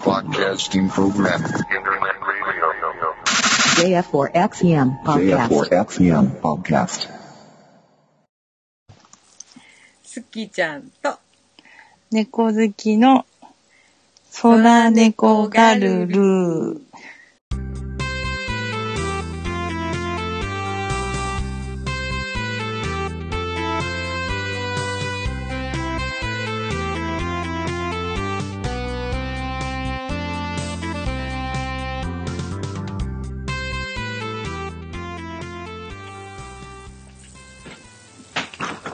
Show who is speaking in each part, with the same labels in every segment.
Speaker 1: Podcasting program.
Speaker 2: Internet radio.
Speaker 3: JF4XEM podcast.
Speaker 1: JF4XEM podcast.
Speaker 4: スッキーちゃんと、
Speaker 5: 猫好きの、空猫ガルル。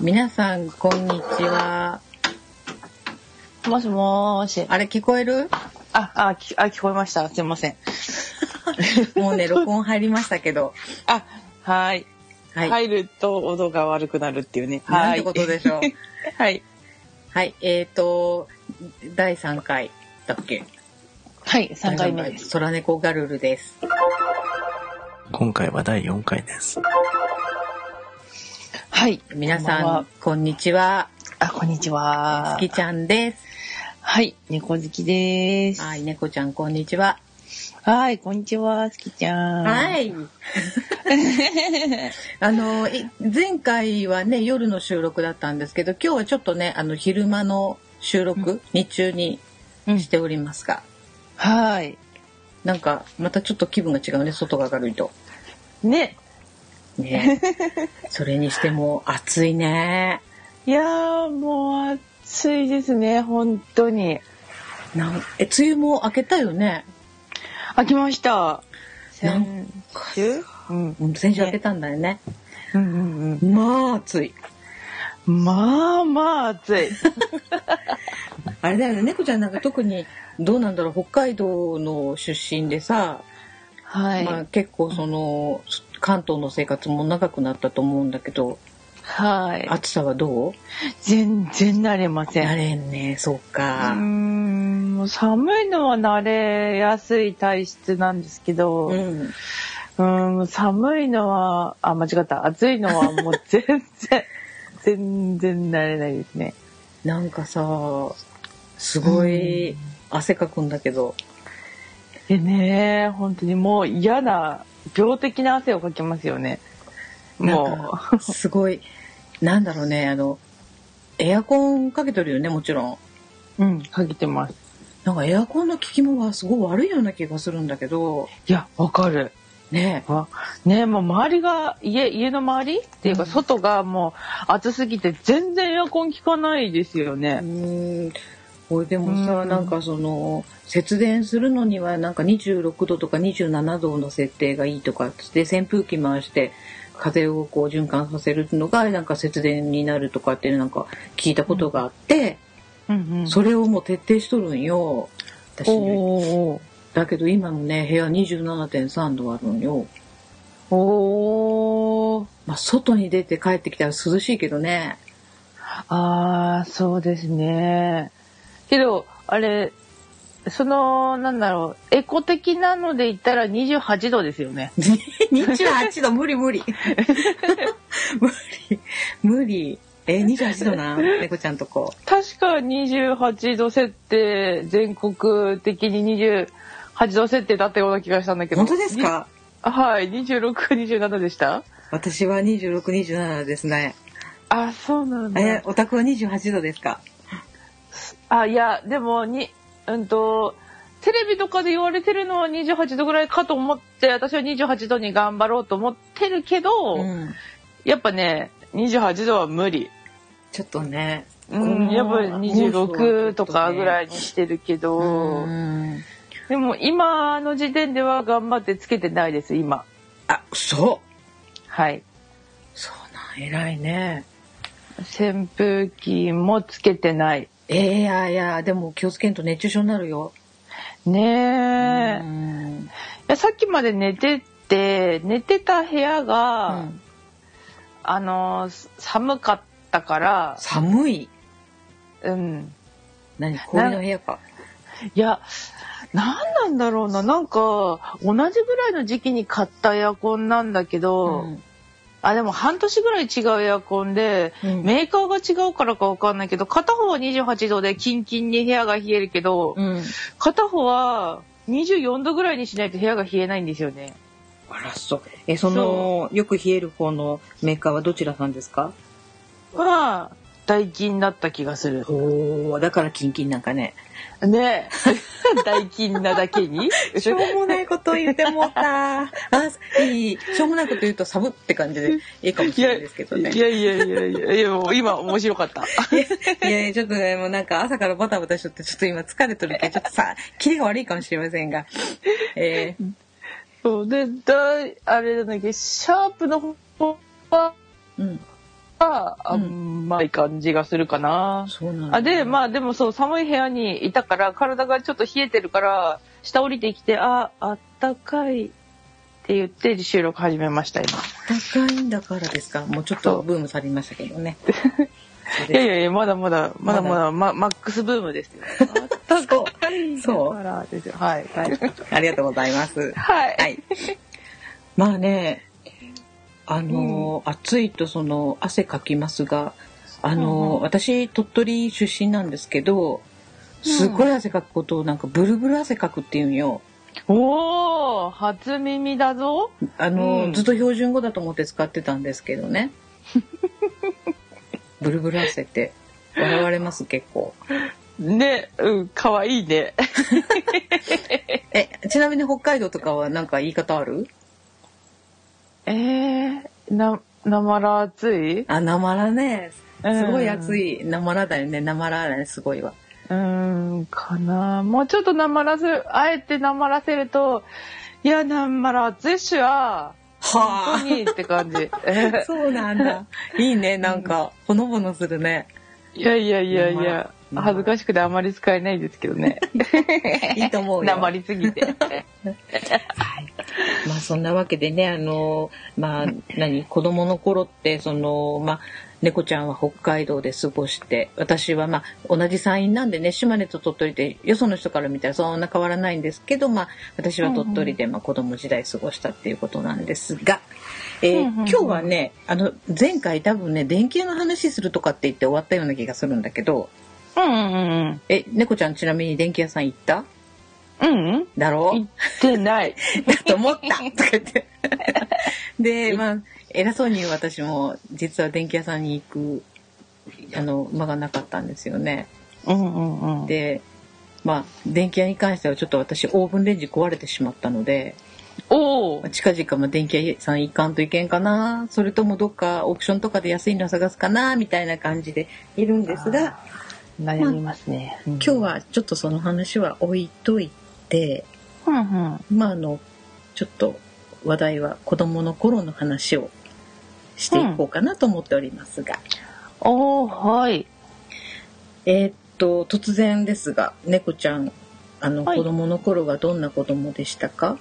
Speaker 4: 皆さん、こんにちは。
Speaker 5: もしもーし。
Speaker 4: あれ、聞こ える
Speaker 5: あ、あ、きあ聞こえました。すいません。
Speaker 4: もうね、録音入りましたけど。
Speaker 5: あ、はーい。
Speaker 4: はい。
Speaker 5: 入ると音が悪くなるっていうね。
Speaker 4: な
Speaker 5: は
Speaker 4: ん
Speaker 5: ー
Speaker 4: て
Speaker 5: い。
Speaker 4: ことでしょう。
Speaker 5: はい。
Speaker 4: はい、えーと、第3回だっけ
Speaker 5: はい、3回目です。。
Speaker 4: 空猫ガルルです。
Speaker 6: 今回は第4回です。
Speaker 5: はい。
Speaker 4: 皆
Speaker 5: こば
Speaker 4: さ
Speaker 5: は
Speaker 4: ん、こんにちは。
Speaker 5: あ、こんにちは
Speaker 4: ス。キちゃんで。
Speaker 5: はい、猫好きですす。
Speaker 4: はい、猫ちゃん、こんにちは。
Speaker 5: はい、こんにちは、すきちゃん。い。
Speaker 4: い。 あの、い前回はね、夜の収録だったんですけど、今日はちょっとね、あの、昼間の収録、日中に
Speaker 5: うん
Speaker 4: しておりますが。
Speaker 5: はい。
Speaker 4: なんかまたちょっと気分が違うね外が明るいと。
Speaker 5: ね。
Speaker 4: ね、それにしても暑いね。
Speaker 5: いやー、もう暑いですね、本当に。
Speaker 4: なんえ梅雨も明けたよね。
Speaker 5: 開きました。
Speaker 4: なん
Speaker 5: 先週うん。
Speaker 4: うん先週明けたんだよね。
Speaker 5: うんうん
Speaker 4: まあ暑い。
Speaker 5: うん。まあまあ暑い。
Speaker 4: あれだよね猫ちゃんなんか特にどうなんだろう北海道の出身でさ、
Speaker 5: はい。
Speaker 4: まあ、結構その関東の生活も長くなったと思うんだけど
Speaker 5: はい。
Speaker 4: 暑さはどう
Speaker 5: 全然慣れませ
Speaker 4: や
Speaker 5: ん。
Speaker 4: れんねそう
Speaker 5: うー。
Speaker 4: か
Speaker 5: ん、もう寒いのは慣れやすい体質なんですけど、
Speaker 4: う
Speaker 5: うんーん、寒いのは、あ、間違った。暑いのはもう全然、 全然慣れないですね。
Speaker 4: なんかさすごい汗かくんだけど。
Speaker 5: でね、本当にもう嫌な、病的な汗をかきますよね。
Speaker 4: なん
Speaker 5: もう。
Speaker 4: か すごいなんだろうねあのエアコンかけてるよねもちろん
Speaker 5: うん、かけてます。
Speaker 4: なんかエアコンの効き目はすごい悪いような気がするんだけど
Speaker 5: いや、わかる。
Speaker 4: ね
Speaker 5: わねもう周りが家家の周りっていうか外がもう暑すぎて全然エアコン効かないですよ
Speaker 4: う
Speaker 5: ね。
Speaker 4: んこれでもさ、
Speaker 5: うん
Speaker 4: なんかその節電するのにはなんか26度とか27度の設定がいいとかっつって扇風機回して風をこう循環させるのがなんか節電になるとかっていうなんか聞いたことがあって、
Speaker 5: うんうん、
Speaker 4: それをもう徹底しとるんよ私
Speaker 5: おー
Speaker 4: だけど今のね部屋27.3度あるのよ、
Speaker 5: おーおー
Speaker 4: まあ、外に出て帰ってきたら涼しいけどね
Speaker 5: ああそうですね。けどあれそのなんだろうエコ的なので言ったら28度ですよね。
Speaker 4: 28度無理無理 無理無理え28度な猫ちゃんとこ
Speaker 5: 確か28度設定全国的に28度設定だったような気がしたんだけど。
Speaker 4: 本当ですか
Speaker 5: はい、26、27でした
Speaker 4: 私は2627ですね
Speaker 5: あ、そうなんだ。
Speaker 4: えお宅は28度ですか
Speaker 5: あ、いや、でも、に、うんと、テレビとかで言われてるのは28度ぐらいかと思って、私は28度に頑張ろうと思ってるけど、
Speaker 4: うん
Speaker 5: やっぱね、28度は無理。
Speaker 4: ちょっとね
Speaker 5: うん、やっぱ26とかぐら
Speaker 4: い
Speaker 5: いにしてるけ
Speaker 4: う
Speaker 5: ど、
Speaker 4: ん
Speaker 5: でも今の時点では頑張ってつけてないです、今。
Speaker 4: あそう
Speaker 5: はい。
Speaker 4: そうなん偉いね
Speaker 5: 扇風機もつけてない。
Speaker 4: えー、いやいやでも気をつけんと熱中症になるよ
Speaker 5: ねえ。
Speaker 4: うん
Speaker 5: いやさっきまで寝てて寝てた部屋
Speaker 4: う
Speaker 5: が、
Speaker 4: ん
Speaker 5: あのー寒かったから、
Speaker 4: 寒い
Speaker 5: うん、
Speaker 4: 何氷の部屋か
Speaker 5: いや何なんだろうななんか同じぐらいの時期に買ったエアコンなんだけど、
Speaker 4: うん
Speaker 5: あでも半年ぐらい違うエアコンで、
Speaker 4: うん
Speaker 5: メーカーが違うからかわかんないけど片方は28度でキンキンに部屋が冷えるけど、
Speaker 4: うん。
Speaker 5: 片方は24度ぐらいにしないと部屋が冷えないんですよね。
Speaker 4: あら、そう。え、その、よく冷える方のメーカーはどちらさんですか
Speaker 5: はダイキンだった気がする。
Speaker 4: おおだからキンキンなんかね。
Speaker 5: ね えダイキンなだけに。
Speaker 4: しょうもないこと言ってもうた。 あ、いい。しょうもないこと言うとサブって感じでいいかもしれないですけどね。
Speaker 5: いやいやいやいやいやもう今面白かった。
Speaker 4: い やいや、ちょっとね、もうなんか朝からバタバタしとって、ちょっと今疲れとるけど、ちょっとさ、キリが悪いかもしれませんが。えー
Speaker 5: そうでだいあれなんだっけシャープの方は
Speaker 4: うん。
Speaker 5: あんまり感じがするかな。
Speaker 4: そうなんだ
Speaker 5: あでまあでもそう寒い部屋にいたから体がちょっと冷えてるから下降りてきてああったかいって言って収録始めました今。
Speaker 4: 高いんだからですか。もうちょっとブームされましたけど ね。
Speaker 5: いやいやいやまだまだまだまだまマックスブームです よ。
Speaker 4: そう。そう。
Speaker 5: からですよはい
Speaker 4: はい。ありがとうございます。
Speaker 5: はい
Speaker 4: はい。まあね、あの、暑いとその汗かきますが、あの、
Speaker 5: うんうん
Speaker 4: 私鳥取出身なんですけど、すごい汗かくことをなんかブルブル汗かくっていうんよ。
Speaker 5: おお初耳だぞ。
Speaker 4: あの、
Speaker 5: うん
Speaker 4: ずっと標準語だと思って使ってたんですけど ね。ブルブル汗って笑われます結構。
Speaker 5: ねうん可愛いね。
Speaker 4: え、ちなみに北海道とかはなんか言い方ある
Speaker 5: えー、な生ら暑い？
Speaker 4: あ、なまらね。
Speaker 5: うん
Speaker 4: すごい暑い。なまらだよね。なまらだね。すごいわ。
Speaker 5: うーんかなもうちょっとなまらせるあえてなまらせるといやなまら暑いっしは
Speaker 4: は
Speaker 5: 本当にって感 じ。
Speaker 4: そうなんだ。いいね、なんか、ほのぼのす るね。
Speaker 5: いやいやいやいや
Speaker 4: なまら
Speaker 5: 恥ずかしくてあまり使えないですけどね。
Speaker 4: いいと思うよ。
Speaker 5: なまりすぎて。
Speaker 4: まあ、そんなわけでね、あの、まあ、何、子供の頃って、その、まあ、猫ちゃんは北海道で過ごして、私はまあ、同じ山陰なんでね、島根と鳥取で、よその人から見たらそんな変わらないんですけど、まあ、私は鳥取で、まあ、子供時代過ごしたっていうことなんですが、えー
Speaker 5: うんうんうん
Speaker 4: 今日はね、あの、前回多分ね、電気屋の話するとかって言って終わったような気がするんだけど、
Speaker 5: うんうん
Speaker 4: え、猫ちゃんちなみに電気屋さん行った
Speaker 5: うん。うん
Speaker 4: だろ
Speaker 5: 行ってない。
Speaker 4: だと 思ったとか言って。で、まあ、偉そうに言う私も、実は電気屋さんに行く、あの、間がなかったんですよね。
Speaker 5: うんうんうん。
Speaker 4: で、まあ、電気屋に関してはちょっと私、オーブンレンジ壊れてしまったので、
Speaker 5: おお
Speaker 4: まあ。近々まあ電気屋さん行かんといけんかな、それともどっかオークションとかで安いの探すかな、みたいな感じでいるんですが、
Speaker 5: 悩みますね。今
Speaker 4: 今日。はちょっとその話は置いといて、
Speaker 5: うんうん。
Speaker 4: まああのちょっと話題は子供の頃の話をしていこうかなと思っておりますが、
Speaker 5: おおはい。
Speaker 4: えーっと突然ですが猫ちゃんあの、
Speaker 5: はい
Speaker 4: 子供の頃はどんな子供でしたか？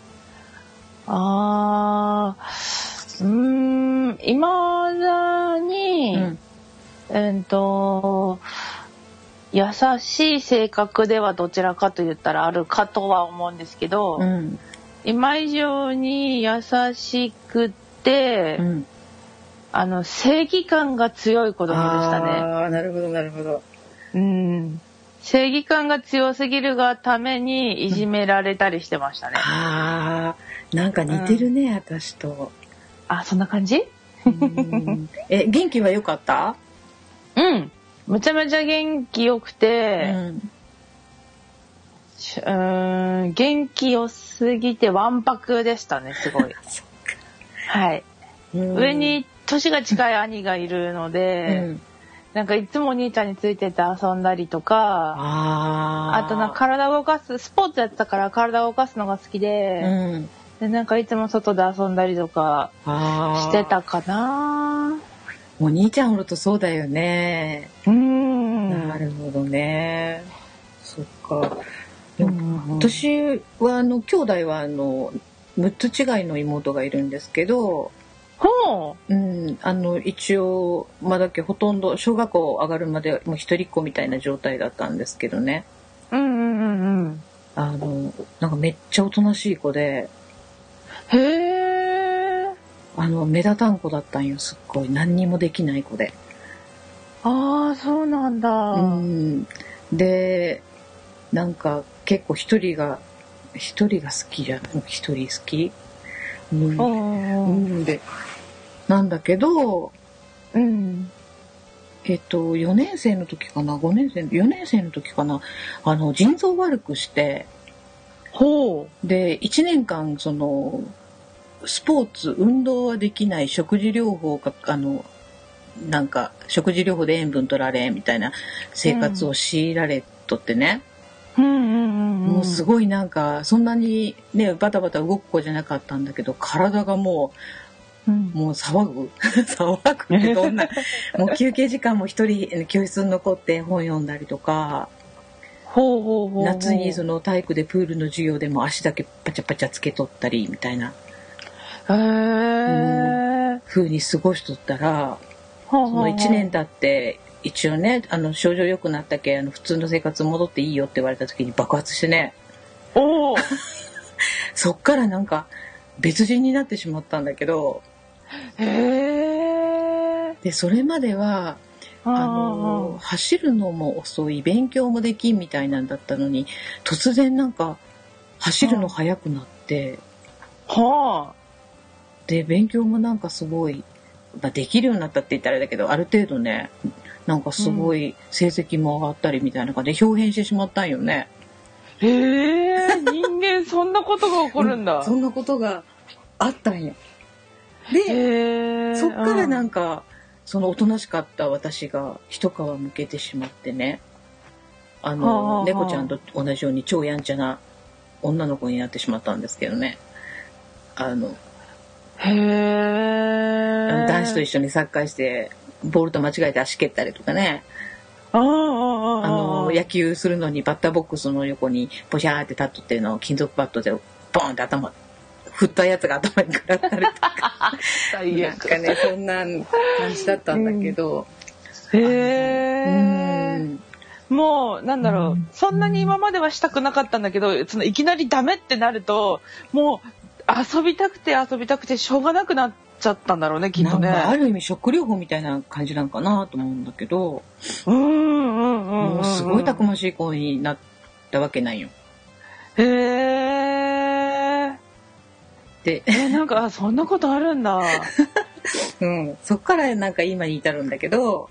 Speaker 5: あーうーん、いまだに、
Speaker 4: うん
Speaker 5: えっと、優しい性格ではどちらかと言ったらあるかとは思うんですけど、
Speaker 4: うん
Speaker 5: 今以上に優しくて、
Speaker 4: うん。
Speaker 5: あの、正義感が強い子供でしたね。
Speaker 4: ああなるほどなるほど。
Speaker 5: うん。正義感が強すぎるがためにいじめられたりしてましたね。
Speaker 4: ああなんか似てるね、私と。
Speaker 5: あ、そんな感じ
Speaker 4: うんえ元気は良かった？
Speaker 5: うん。めちゃめちゃ元気よくて、
Speaker 4: うん
Speaker 5: しうーん元気よすぎてわんぱくでしたねすご いはい、
Speaker 4: うん
Speaker 5: 上に年が近い兄がいるの
Speaker 4: う
Speaker 5: で、
Speaker 4: ん、
Speaker 5: なんかいつもお兄ちゃんについてって遊んだりとか
Speaker 4: あ
Speaker 5: あ
Speaker 4: あ
Speaker 5: となんか体を動かすスポーツやってたから体を動かすのが好き
Speaker 4: う
Speaker 5: で,、
Speaker 4: ん
Speaker 5: でなんかいつも外で遊んだりとか
Speaker 4: あー
Speaker 5: してたかな
Speaker 4: お兄ちゃんおるとそうだよね。
Speaker 5: うーん
Speaker 4: なるほどね。そっか。
Speaker 5: うん
Speaker 4: 私はあの兄弟はあの6つ違いの妹がいるんですけど、
Speaker 5: ほ
Speaker 4: うん、あの一応まあだっけほとんど小学校上がるまでもう一人っ子みたいな状態だったんですけどね。
Speaker 5: ううんうんうんうん
Speaker 4: あのなんかめっちゃおとなしい子で、
Speaker 5: へえ
Speaker 4: あの目立たん子だったんよすっごい何にもできない子で。
Speaker 5: ああ、そうなんだ。
Speaker 4: うん、でなんか結構一人が一人が好きじゃん一人好き、うんう
Speaker 5: うん
Speaker 4: ん、でなんだけど
Speaker 5: うん。
Speaker 4: えっと4年生の時かな5年生4年生の時かなあの腎臓悪くして
Speaker 5: ほ
Speaker 4: で1年間そのスポーツ運動はできない食事療法かあのなんか食事療法で塩分取られみたいな生活を強いられとってね、
Speaker 5: う。うんうんうん。
Speaker 4: もうすごいなんかそんなにねバタバタ動く子じゃなかったんだけど体がも
Speaker 5: うん
Speaker 4: うもう騒ぐ 騒ぐってど んなもう休憩時間も一人教室に残って本読んだりとか
Speaker 5: ほうほうほうほう。
Speaker 4: 夏にその体育でプールの授業でも足だけパチャパチャつけとったりみたいな
Speaker 5: へえ。
Speaker 4: 風に過ごしとったら
Speaker 5: ほうほう
Speaker 4: そ
Speaker 5: ほう
Speaker 4: の1年。経って一応ねあの症状良くなったけあの普通の生活戻っていいよって言われた時に爆発してね
Speaker 5: おお。
Speaker 4: そっからなんか別人になってしまったんだけど
Speaker 5: へえ。
Speaker 4: でそれまではあの
Speaker 5: あ
Speaker 4: 走るのも遅い勉強もできんみたいなんだったのに突然なんか走るの速くなって
Speaker 5: あ。は
Speaker 4: で勉強もなんかすごい、まあ、できるようになったって言ったらあれだけどある程度ねなんかすごい成績も上がったりみたいな感じで表変してしまったんよね。
Speaker 5: あ。へえ。人間そんなことが起こるんだ。
Speaker 4: そんなことがあったんよ。
Speaker 5: へ
Speaker 4: で
Speaker 5: え。
Speaker 4: そっからな
Speaker 5: うん
Speaker 4: んかそのおとなしかった私が一皮むけてしまってね
Speaker 5: はあ
Speaker 4: あ
Speaker 5: は
Speaker 4: の
Speaker 5: あ
Speaker 4: 猫ちゃんと同じように超やんちゃな女の子になってしまったんですけどねあの
Speaker 5: へえ。
Speaker 4: 男子と一
Speaker 5: 緒。
Speaker 4: 緒にサッカーしてボールと間違えて足蹴ったりとかね
Speaker 5: ああああ
Speaker 4: あ
Speaker 5: ああ。
Speaker 4: の野球するのにバッターボックスの横にポシャーって立っとってのを金属バットでボーンって頭振ったやつが頭に食らったりとか
Speaker 5: 最
Speaker 4: なん
Speaker 5: 悪。
Speaker 4: かねそんな感じだったんだけど。
Speaker 5: へ
Speaker 4: う
Speaker 5: え
Speaker 4: ん。
Speaker 5: もう、なんだろう、そんなに今まではしたくなかったんだけど、そのいきなりダメってなると、もう遊びたくて遊びたくてしょうがなくなっちゃったんだろうね、きっ
Speaker 4: な
Speaker 5: と
Speaker 4: ん
Speaker 5: ね。
Speaker 4: かある意味食療法みたいな感じなんかなと思うんだけど、
Speaker 5: うんうんうんうん。
Speaker 4: もうすごいたくましい子になったわけなんよ。
Speaker 5: へえ。
Speaker 4: で、
Speaker 5: え、なんか、あそんなことあるん だ。
Speaker 4: うん、 そっからなんか今に至るんだけど、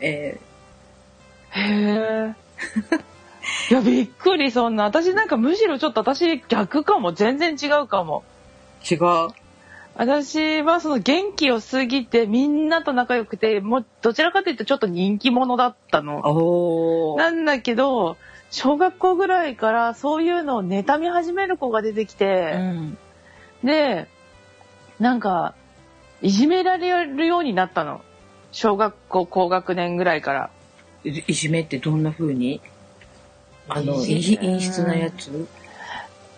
Speaker 4: え
Speaker 5: へえ。いや、びっくり、そんな。私なんかむしろちょっと私逆かも。全然違うかも。
Speaker 4: ー違う。
Speaker 5: 私はその元気を過ぎてみんなと仲良くてもうどちらかというとちょっと人気者だったの。
Speaker 4: おー
Speaker 5: なんだけど小学校ぐらいからそういうのを妬み始める子が出てき
Speaker 4: う
Speaker 5: て、
Speaker 4: ん。
Speaker 5: でなんかいじめられるようになったの小学校高学年ぐらいから。
Speaker 4: いいじめってどんな風にあの、
Speaker 5: い
Speaker 4: い
Speaker 5: じ
Speaker 4: じ
Speaker 5: め
Speaker 4: 陰湿なやつ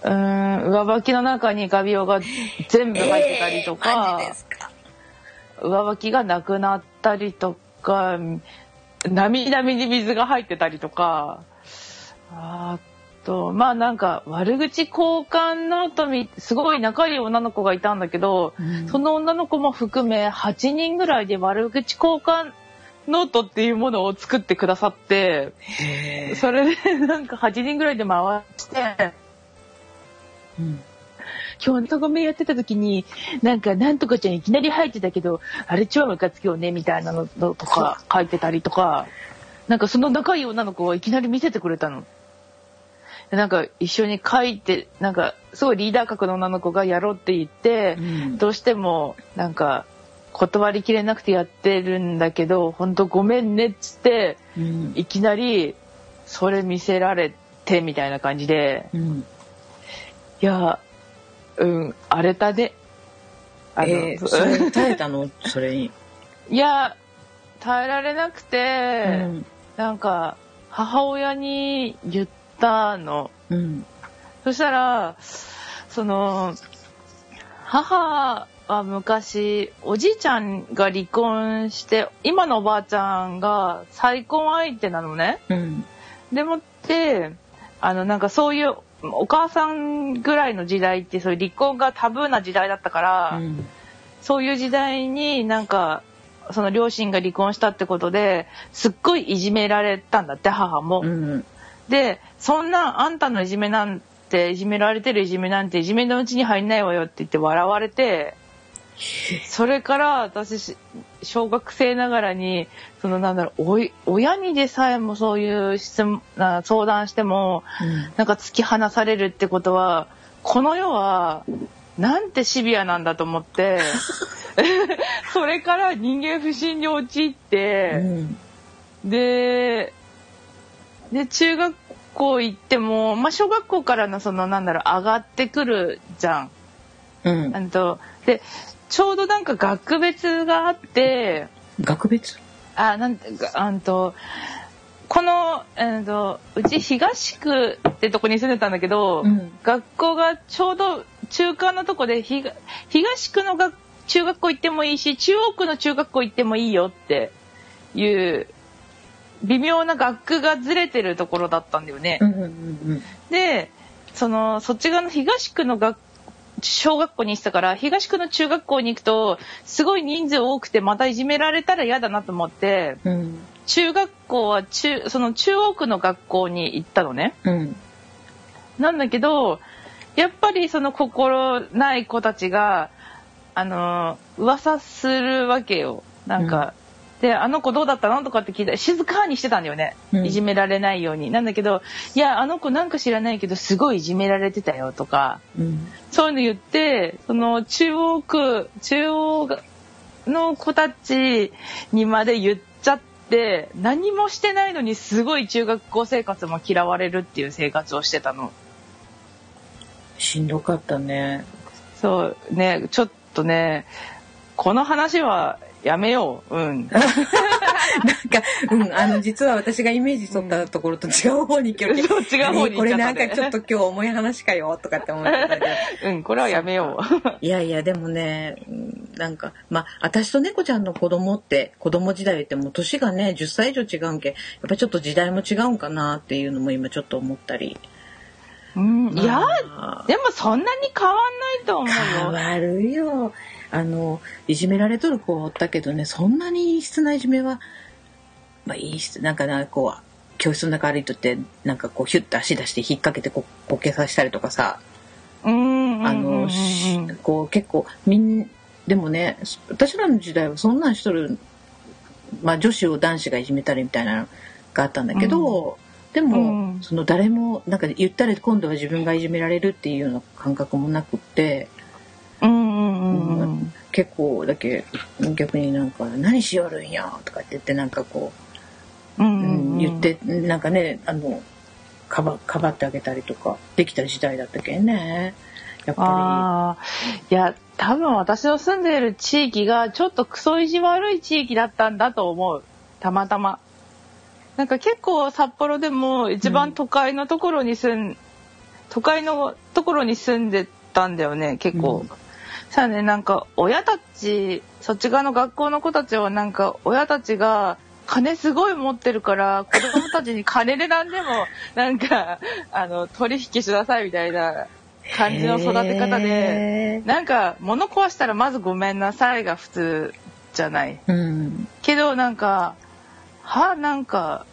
Speaker 5: うーん上履きの中に画鋲が全部入ってたりとか、上履きがなくなったりとかなみなみに水が入ってたりとかあとまあなんか悪口交換ノートみすごい仲いい女の子がいたんだけど、その女の子も含め8人ぐらいで悪口交換ノートっていうものを作ってくださって
Speaker 4: へー
Speaker 5: それでなんか8人ぐらいで回して。
Speaker 4: うん
Speaker 5: 今日のごめやってた時になんかなんとかちゃんいきなり入ってたけどあれ超ムカつくよねみたいなのとか書いてたりとかなんかその仲いい女の子がいきなり見せてくれたの。でなんか一緒に書いてなんかすごいリーダー格の女の子がやろうって言って、
Speaker 4: うん
Speaker 5: どうしてもなんか断りきれなくてやってるんだけど本当ごめんねっつって
Speaker 4: うん
Speaker 5: いきなりそれ見せられてみたいな感じで。
Speaker 4: うん
Speaker 5: いや、うん、荒れたで。あの
Speaker 4: えーそれ耐えたのそれに。
Speaker 5: いや、耐えられなくて、
Speaker 4: うん
Speaker 5: なんか、母親に言ったの。
Speaker 4: うん。
Speaker 5: そしたら、その、母は昔、おじいちゃんが離婚して、今のおばあちゃんが再婚相手なのね。
Speaker 4: うん。
Speaker 5: でもってあのなんかそういうお母さんぐらいの時代ってそういう離婚がタブーな時代だったから、
Speaker 4: うん
Speaker 5: そういう時代になんかその両親が離婚したってことですっごいいじめられたんだって母も。
Speaker 4: うん。
Speaker 5: でそんなあんたのいじめなんていじめられてるいじめなんていじめのうちに入んないわよって言って笑われてそれから私し小学生ながらにそのなんだろうおい親にでさえもそういう質問あ相談してもなんか突き放されるってことはこの世はなんてシビアなんだと思ってそれから人間不信に陥って。
Speaker 4: うん。
Speaker 5: でで中学校行っても、まあ、小学校からのそのなんだろう上がってくるじゃん。
Speaker 4: うん。
Speaker 5: あんとでちょうどなんか学別があって
Speaker 4: 学別
Speaker 5: あなんてがあんとこの、えんとうち東区ってとこに住んでたんだけど、
Speaker 4: うん
Speaker 5: 学校がちょうど中間のとこでひが東区の学中学校行ってもいいし中央区の中学校行ってもいいよっていう微妙な学区がずれてるところだったんだよね。
Speaker 4: うんうんうん
Speaker 5: でそのそっち側の東区の学小学校にしたから東区の中学校に行くとすごい人数多くてまたいじめられたら嫌だなと思って
Speaker 4: うん。うん。
Speaker 5: 中学校は中その中央区の学校に行ったのね。
Speaker 4: うん。
Speaker 5: なんだけどやっぱりその心ない子たちがあの噂するわけよなんか、で「あの子どうだったの?」とかって聞いたら静かにしてたんだよね、
Speaker 4: うん
Speaker 5: いじめられないようになんだけど「いやあの子なんか知らないけどすごいいじめられてたよ」とか
Speaker 4: うん。
Speaker 5: そういうの言ってその中央区中央の子たちにまで言っちゃって何もしてないのにすごい中学校生活も嫌われるっていう生活をしてたの。
Speaker 4: しんどかったね。
Speaker 5: そうね、ちょっとね、この話はやめよう。うん。
Speaker 4: なんか、うん、あの、実は私がイメージしとったところと違う方に行けるけど。
Speaker 5: そう違う方に行
Speaker 4: こ
Speaker 5: っち
Speaker 4: れ
Speaker 5: ゃった
Speaker 4: なんんか
Speaker 5: で
Speaker 4: ちょっと今日重い話かよとかって思ってたけど。
Speaker 5: うん、これはやめよ
Speaker 4: いやいや、でもね、うんなんか、まあ、私と猫ちゃんの子供って、子供時代ってもう年がね、10歳以上違うんけ、やっぱちょっと時代も違うんかなっていうのも今ちょっと思ったり。
Speaker 5: う。うん、いや、
Speaker 4: まあ
Speaker 5: でもそんなに変わんないと思
Speaker 4: 変
Speaker 5: うよ。
Speaker 4: わるよ。あの、いじめられとる子おったけどね、そんなに陰湿ないじめは、まあ、陰湿、なんかな、こう、教室の中歩いとって、なんかこう、ヒュッと足出して引っ掛けてこ、こけさせたりとかさ、
Speaker 5: うん、うん
Speaker 4: あ
Speaker 5: うんう
Speaker 4: の、
Speaker 5: ん
Speaker 4: しこう結構みんでもね私らの時代はそんなんしとる、まあ、女子を男子がいじめたりみたいなのがあったんだけど、でも、
Speaker 5: うん
Speaker 4: その誰もなんか言ったら今度は自分がいじめられるっていうような感覚もなくって
Speaker 5: うん、うん、うん。
Speaker 4: 結構だけ逆になんか「何しよるんや」とかって言ってなんかこ
Speaker 5: う
Speaker 4: う、うん
Speaker 5: ん、
Speaker 4: 言っ。てなんかねあのかばかばってあげたりとかできた時代だったけんねやっぱ
Speaker 5: ああ、いや、多分私の住んでいる地域がちょっとクソ意地悪い地域だったんだと思う。たまたま。なんか結構札幌でも一番都会のところに住ん、都会のところに住んでたんだよね、結構。
Speaker 4: うん
Speaker 5: さあね、なんか親たち、そっち側の学校の子たちはなんか親たちが金すごい持ってるから子供たちに金で何でも なんかあの取引しなさいみたいな感
Speaker 4: り
Speaker 5: じの育て方で、
Speaker 4: へー
Speaker 5: なんか物壊したらまずごめんなさいが普通じゃない。
Speaker 4: うん
Speaker 5: けどなんか、は、なんか、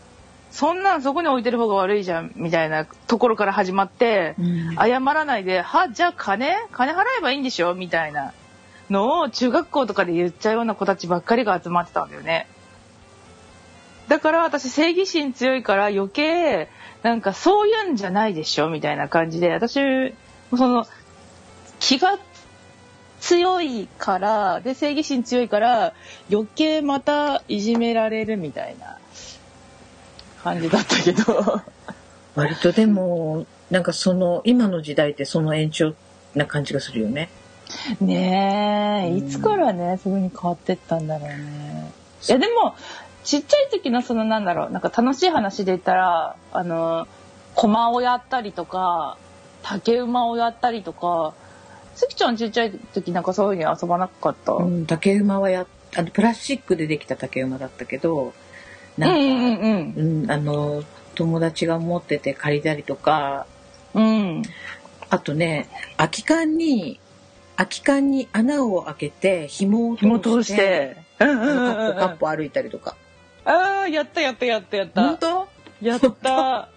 Speaker 5: そんなんそこに置いてる方が悪いじゃんみたいなところから始まって、
Speaker 4: うん
Speaker 5: 謝らないで、は、じゃあ金金払えばいいんでしょみたいなのを中学校とかで言っちゃうような子たちばっかりが集まってたんだよね。だから私正義心強いから余計、なんかそういうんじゃないでしょみたいな感じで、私、その、気が強いから、で、正義心強いから、余計またいじめられるみたいな感じだったけど。
Speaker 4: 割とでもなんかその今の時代ってその延長な感じがするよね。
Speaker 5: ねえ、
Speaker 4: うん
Speaker 5: いつからね、そういう風に変わってったんだろうね。いや、でも、ちっちゃい時のそのなんだろう、なんか楽しい話で言ったら、あの、駒をやったりとか、竹馬をやったりとか、すきちゃんちっちゃい時なんかそういうふうに遊ばなかった。うん
Speaker 4: うん、竹馬はやあのプラスチックでできた竹馬だったけど
Speaker 5: う
Speaker 4: なんんか、
Speaker 5: うん
Speaker 4: うんあの友達が持ってて借りたりとか
Speaker 5: うん。うん。
Speaker 4: あとね空き缶に空き缶に穴を開けて紐を
Speaker 5: 紐通
Speaker 4: 通
Speaker 5: し
Speaker 4: して
Speaker 5: て。うんう
Speaker 4: あ
Speaker 5: ん
Speaker 4: の
Speaker 5: うんうん
Speaker 4: カッポカッポ歩いたりとか
Speaker 5: ああ、やったやったやったやった。
Speaker 4: 本当
Speaker 5: やった。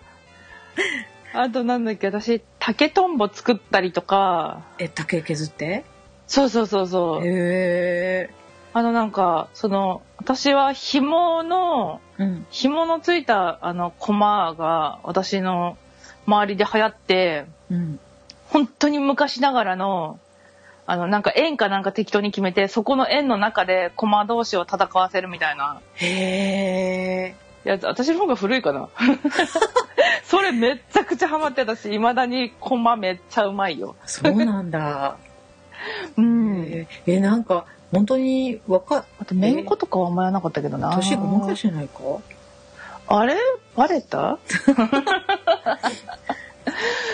Speaker 5: あとなんだっけ、私、竹とんぼ作ったりとか、
Speaker 4: え竹削って
Speaker 5: そうそうそうそう。
Speaker 4: へえ
Speaker 5: あのなんか、その、私は紐の、
Speaker 4: うん
Speaker 5: 紐のついたあの、コマが私の周りで流行って、
Speaker 4: うん
Speaker 5: 本当に昔ながらの、あの、なんか円かなんか適当に決めて、そこの円の中でコマ同士を戦わせるみたいな
Speaker 4: へえ
Speaker 5: やつ、私の方が古いかな。それめっちゃくちゃハマってたし、未だにコマめっちゃうまいよ。
Speaker 4: そうなんだ
Speaker 5: うん。
Speaker 4: ええなんか本当に若
Speaker 5: あと、めんことかはあんまやらなかったけどな。
Speaker 4: 年ごまかしてないか
Speaker 5: あれバレた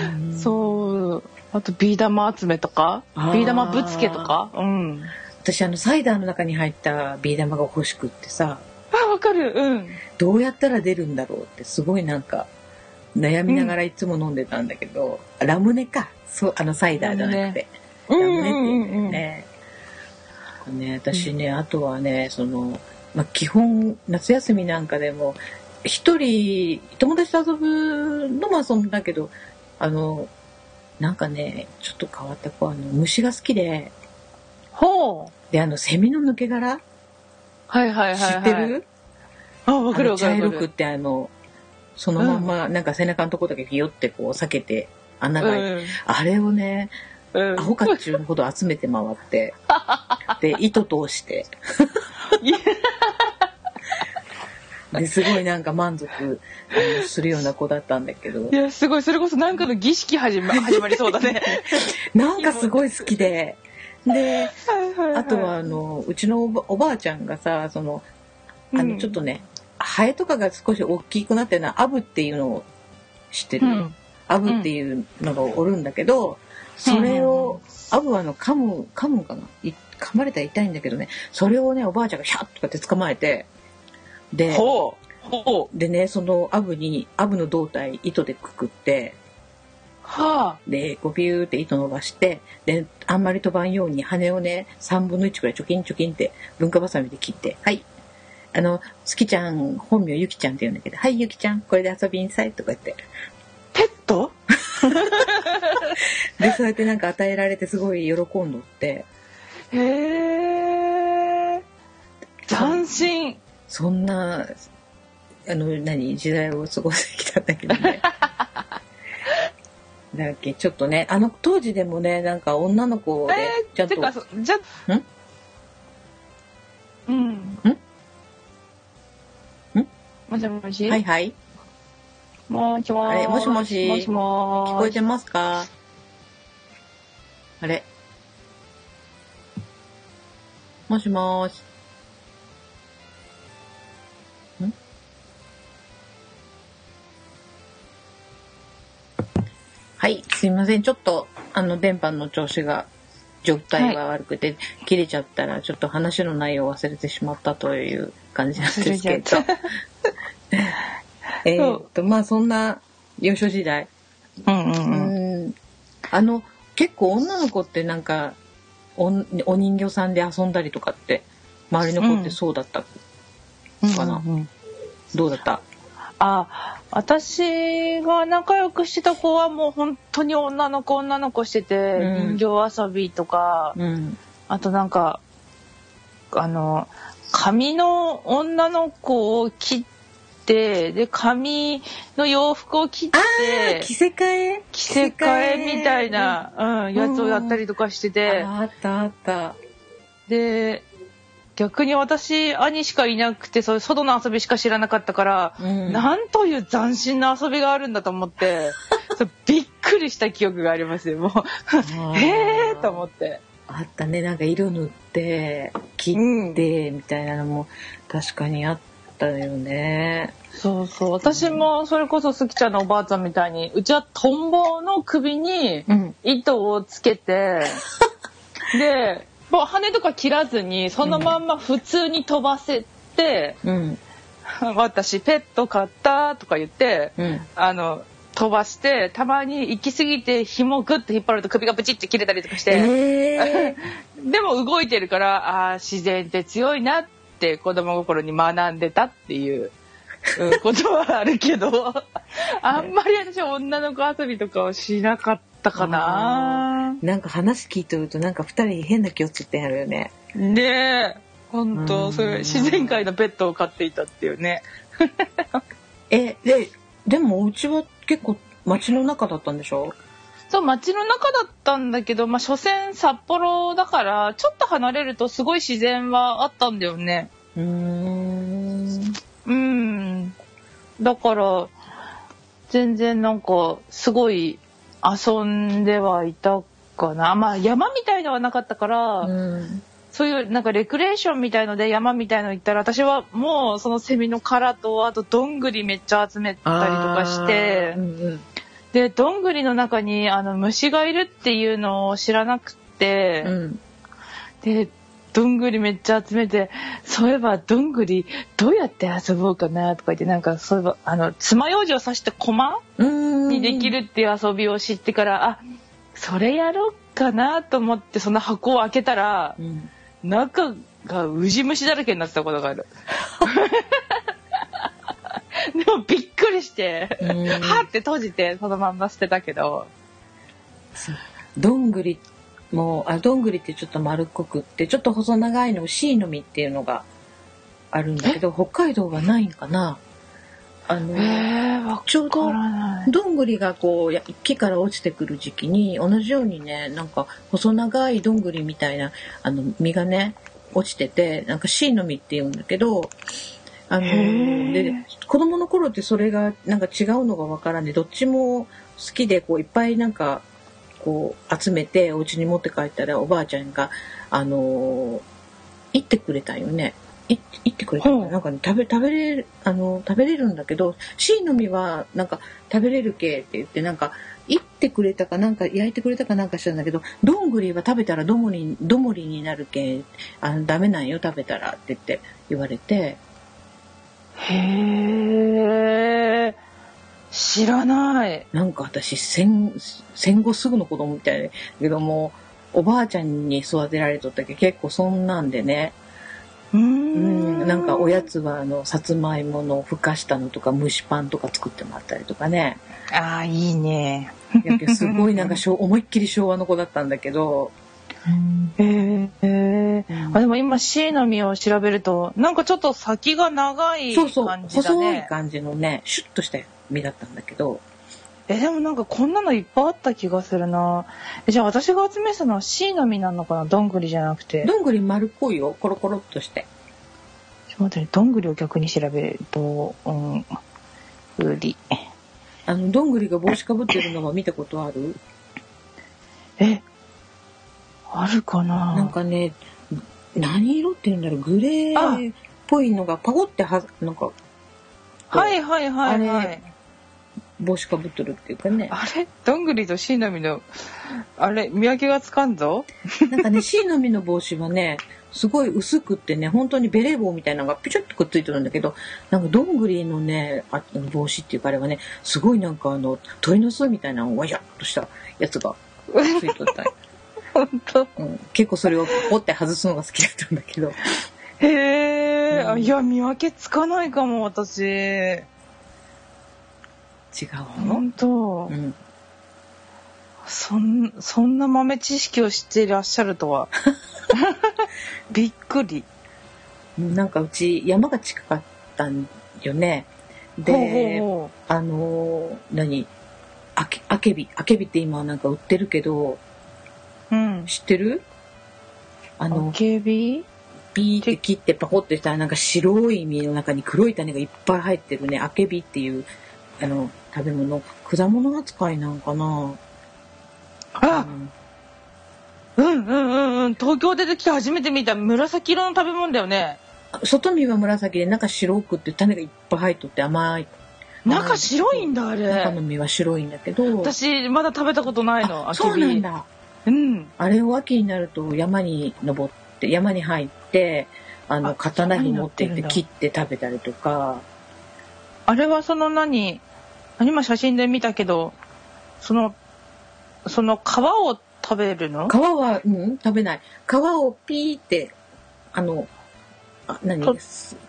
Speaker 4: うん
Speaker 5: そう。あと、ビー玉集めとか、
Speaker 4: あー
Speaker 5: ビー玉ぶつけとか。うん。
Speaker 4: 私あのサイダーの中に入ったビー玉が欲しくってさ
Speaker 5: あ、わかる。うん。
Speaker 4: どうやったら出るんだろうってすごいなんか悩みながらいつも飲んでたんだけど、ラムネかそうあのサイダーじゃなくて
Speaker 5: う
Speaker 4: ラ
Speaker 5: ん
Speaker 4: ムネっ
Speaker 5: うん
Speaker 4: ていうんだよ
Speaker 5: うん。
Speaker 4: ね。ね私ねあとはねその、まあ、基本夏休みなんかでも一人友達と遊ぶのも遊んだけどあのなんかねちょっと変わった子はあの虫が好きで
Speaker 5: ほう。
Speaker 4: であのセミの抜け殻
Speaker 5: はいはい
Speaker 4: 知
Speaker 5: はい、はい。
Speaker 4: ってる、
Speaker 5: あ、わか
Speaker 4: あ
Speaker 5: る
Speaker 4: の
Speaker 5: わ
Speaker 4: 茶
Speaker 5: かるわ
Speaker 4: 色
Speaker 5: か
Speaker 4: くっ
Speaker 5: る。
Speaker 4: てあのそのまんまなんか背中のとこだけギヨってこう避けて穴が開いて、あれをね
Speaker 5: うん。うん
Speaker 4: アホかっちゅうほど集めて回って で糸通して
Speaker 5: いや
Speaker 4: ですごいなんか満足あのするような子だったんだけど
Speaker 5: いや、すごい。それこそなんかの儀式始 ま始まりそうだね。
Speaker 4: なんかすごい好きでで
Speaker 5: はいはいい
Speaker 4: あとは、あのうちのおばおばあちゃんがさそのあ
Speaker 5: う
Speaker 4: の
Speaker 5: ん
Speaker 4: ちょっとね、ハエとかが少し大きくなってるのはアブっていうのを知って
Speaker 5: う
Speaker 4: る、
Speaker 5: ん。
Speaker 4: アブっていうのがおるんだけど、それを、アブはあの噛む噛むかない噛まれたら痛いんだけどねそれをねおばあちゃんがヒャッとかって捕まえてで
Speaker 5: ほう。ほう。
Speaker 4: でねそのアブにアブの胴体糸でくくって
Speaker 5: は
Speaker 4: でこうビューって糸伸ばしてであんまり飛ばんように羽をね3分の1くらいチョキンチョキンって文化ばさみで切ってはいあの月ちゃん本名ゆきちゃんって言うんだけど「はいゆきちゃんこれで遊びにさい」とか言っ
Speaker 5: あ。
Speaker 4: て
Speaker 5: ペット
Speaker 4: でそうやってなんか与えられてすごい喜んどって
Speaker 5: へえ。斬新。
Speaker 4: そんなあの何時代を過ごしてきたんだけど ね。だっけちょっとねあの当時でもねなんか女の子で
Speaker 5: えー
Speaker 4: ちゃんと、
Speaker 5: てかそじゃ
Speaker 4: ん
Speaker 5: うん
Speaker 4: んん
Speaker 5: もしもし、
Speaker 4: はいはい
Speaker 5: もしも
Speaker 4: あれ
Speaker 5: し
Speaker 4: もしもし
Speaker 5: もしも
Speaker 4: 聞こえてますかあれもしもーし。んはい、すいません。ちょっと、あの、電波の調子が、状態が悪くて、切れちゃったら、ちょっと話の内容を忘れてしまったという感じなんですけど
Speaker 5: 忘。
Speaker 4: えーっと、まあ、そんな、幼少時代。
Speaker 5: うんう
Speaker 4: うん
Speaker 5: うん
Speaker 4: んあの結構女の子ってなんかおお人形さんで遊んだりとかって周りの子ってそうだった、かな
Speaker 5: うんうんうん
Speaker 4: どうだった
Speaker 5: あ私が仲良くしてた子はもう本当に女の子女の子してて、
Speaker 4: うん
Speaker 5: 人形遊びとか
Speaker 4: うん
Speaker 5: あとなんかあの髪の女の子を切ってで髪の洋服を切って
Speaker 4: 着せ替え
Speaker 5: 着せ替えみたいな、うん、やつをやったりとかしてて、
Speaker 4: あったあった
Speaker 5: で、逆に私、兄しかいなくて、そういう外の遊びしか知らなかったから、
Speaker 4: うん
Speaker 5: なんという斬新な遊びがあるんだと思 って、そうびっくりした記憶がありますね、もう。へ えーと思
Speaker 4: っ
Speaker 5: って。
Speaker 4: あったねなんか色塗って切
Speaker 5: うん
Speaker 4: ってみたいなのも確かにあったよね
Speaker 5: そうそう。私も、それこそ、すきちゃんのおばあちゃんみたいに、うちはトンボの首に、
Speaker 4: うん
Speaker 5: 糸をつけ てでもう羽とか切らずにそのまんま普通に飛ばせて
Speaker 4: うん
Speaker 5: 「私ペット買った」とか言って
Speaker 4: うん
Speaker 5: あの飛ばしてたまに行き過ぎて紐をグッと引っ張ると首がブチって切れたりとかして、
Speaker 4: え
Speaker 5: でも動いてるからあー自然って強いなって子供心に学んでたっていう、 うんことはあるけどあんまり私は女の子遊びとかはしなかったかな。
Speaker 4: なんか話聞いとるとなんか二人変な気をつってんやるよね。
Speaker 5: ねえ本
Speaker 4: う
Speaker 5: 当
Speaker 4: ん
Speaker 5: それ自然界のペットを飼っていたっていうね。
Speaker 4: え、で、でもうちは結構街の中だったんでしょ
Speaker 5: そう街の中だったんだけど、まあ、所詮札幌だからちょっと離れるとすごい自然はあったんだよね。
Speaker 4: うーん。
Speaker 5: うんだから全然なんかすごい遊んではいたかなまあ山みたいのはなかったから、
Speaker 4: うん。
Speaker 5: そういうなんかレクレーションみたいので山みたいの行ったら私はもうそのセミの殻とあとどんぐりめっちゃ集めたりとかして
Speaker 4: あーうんうん
Speaker 5: でどんぐりの中にあの虫がいるっていうのを知らなくて。
Speaker 4: うん
Speaker 5: でどんぐりめっちゃ集めてそういえばどんぐりどうやって遊ぼうかなとか言ってなんかそういえばあの爪楊枝を刺して駒
Speaker 4: うん
Speaker 5: にできるっていう遊びを知ってからあそれやろうかなと思ってその箱を開けたら
Speaker 4: うん
Speaker 5: 中がウジ虫だらけになってたことが ある。 でもびっくりして、
Speaker 4: うん
Speaker 5: はって閉じてそのまんま捨てたけど
Speaker 4: どんぐりもあどんぐりってちょっと丸っこくってちょっと細長いのシイの実っていうのがあるんだけど北海道はないんかなあの
Speaker 5: えー、わ
Speaker 4: ちょうど
Speaker 5: からない
Speaker 4: どんぐりがこうや木から落ちてくる時期に同じようにねなんか細長いどんぐりみたいなあの実がね落ちててなんかシイの実って言うんだけどあの
Speaker 5: へー
Speaker 4: で子供の頃ってそれがなんか違うのがわからんでどっちも好きでこういっぱいなんかこう集めてお家に持って帰ったらおばあちゃんがあの行ってくれたんよね。い行ってくれたの
Speaker 5: ほう
Speaker 4: なんかね、食べ食べれるあの食べれるんだけどシイの実はなんか食べれる系って言ってなんか行ってくれたかなんか焼いてくれたかなんかしたんだけどどんぐりは食べたらどもりどもりになる系あのダメなんよ食べたらって言って言われて
Speaker 5: へえ知らない
Speaker 4: なんか私戦戦後すぐの子供みたいだけどもおばあちゃんに育てられとったけど結構そんなんでね
Speaker 5: うー
Speaker 4: うん
Speaker 5: ん
Speaker 4: なんかおやつはあのさつまいものふかしたのとか蒸しパンとか作ってもらったりとか ね
Speaker 5: ああいいね
Speaker 4: やけどすごいなんか昭思いっきり昭和の子だったんだけど。
Speaker 5: へえあでも今 C の実を調べるとなんかちょっと先が長い
Speaker 4: そうそう、
Speaker 5: 感じだ
Speaker 4: 細い
Speaker 5: ね
Speaker 4: 感じのねシュッとした実だったんだけど
Speaker 5: えでもなんかこんなのいっぱいあった気がするなえじゃあ私が集めてたのは C の実なのかなどんぐりじゃなくてちょ
Speaker 4: どんぐり丸っこいよコロコロっとして
Speaker 5: っと待ってねどんぐりを逆に調べるとうんぐり
Speaker 4: あのどんぐりが帽子かぶってるのは見たことある
Speaker 5: えあるかな
Speaker 4: なんかね何色って言うんだろうグレーっぽいのがパコってはなんか
Speaker 5: はいはいはいは
Speaker 4: あ
Speaker 5: い
Speaker 4: れ帽子かぶってるっていうかね
Speaker 5: あれどんぐりとシイの実のあれ見分けがつかんぞ
Speaker 4: なんかね C の実の帽子はねすごい薄くってね本当にベレー帽みたいなのがピチョッとくっついてるんだけどなんかどんぐりのねああの帽子っていうかあれはねすごいなんかあの鳥の巣みたいなわしゃっとしたやつがつい とったんよ
Speaker 5: 本当
Speaker 4: うん、結構それをポって外すのが好きだったんだけど
Speaker 5: へえ、
Speaker 4: うん
Speaker 5: いや見分けつかないかも私
Speaker 4: 違うの、
Speaker 5: 本当、
Speaker 4: うん、
Speaker 5: そんそんな豆知識を知っていらっしゃると はびっくり
Speaker 4: なんかうち山が近かったんよねで
Speaker 5: ほうほうほ
Speaker 4: あのー何あけあけびあけびって今なんか売ってるけど
Speaker 5: ううん
Speaker 4: 知ってるあ
Speaker 5: あ
Speaker 4: の
Speaker 5: けび
Speaker 4: ピーって切ってパコってしたらなんか白い実の中に黒い種がいっぱい入ってるねあけびっていうあの食べ物果物扱いなんかな
Speaker 5: あ
Speaker 4: うん
Speaker 5: うんうんうんうん東京出てきて初めて見た紫色の食べ物だよね
Speaker 4: 外見は紫で中白くって種がいっぱい入っとって甘い
Speaker 5: 中白いんだあ
Speaker 4: 中の
Speaker 5: れ
Speaker 4: 実は白いんだけど
Speaker 5: 私まだ食べたことないの
Speaker 4: あ
Speaker 5: あけび
Speaker 4: そうなんだ
Speaker 5: うん
Speaker 4: あれを秋になると山に登って山に入ってあの
Speaker 5: あ
Speaker 4: 刀に持って
Speaker 5: 山に乗っるん
Speaker 4: 行ってて
Speaker 5: だ
Speaker 4: 切って食べたりとか
Speaker 5: あれはその何今写真で見たけどそのその皮を食べるの
Speaker 4: 皮は、うん、食べない。皮をピーって、あの、あ何
Speaker 5: と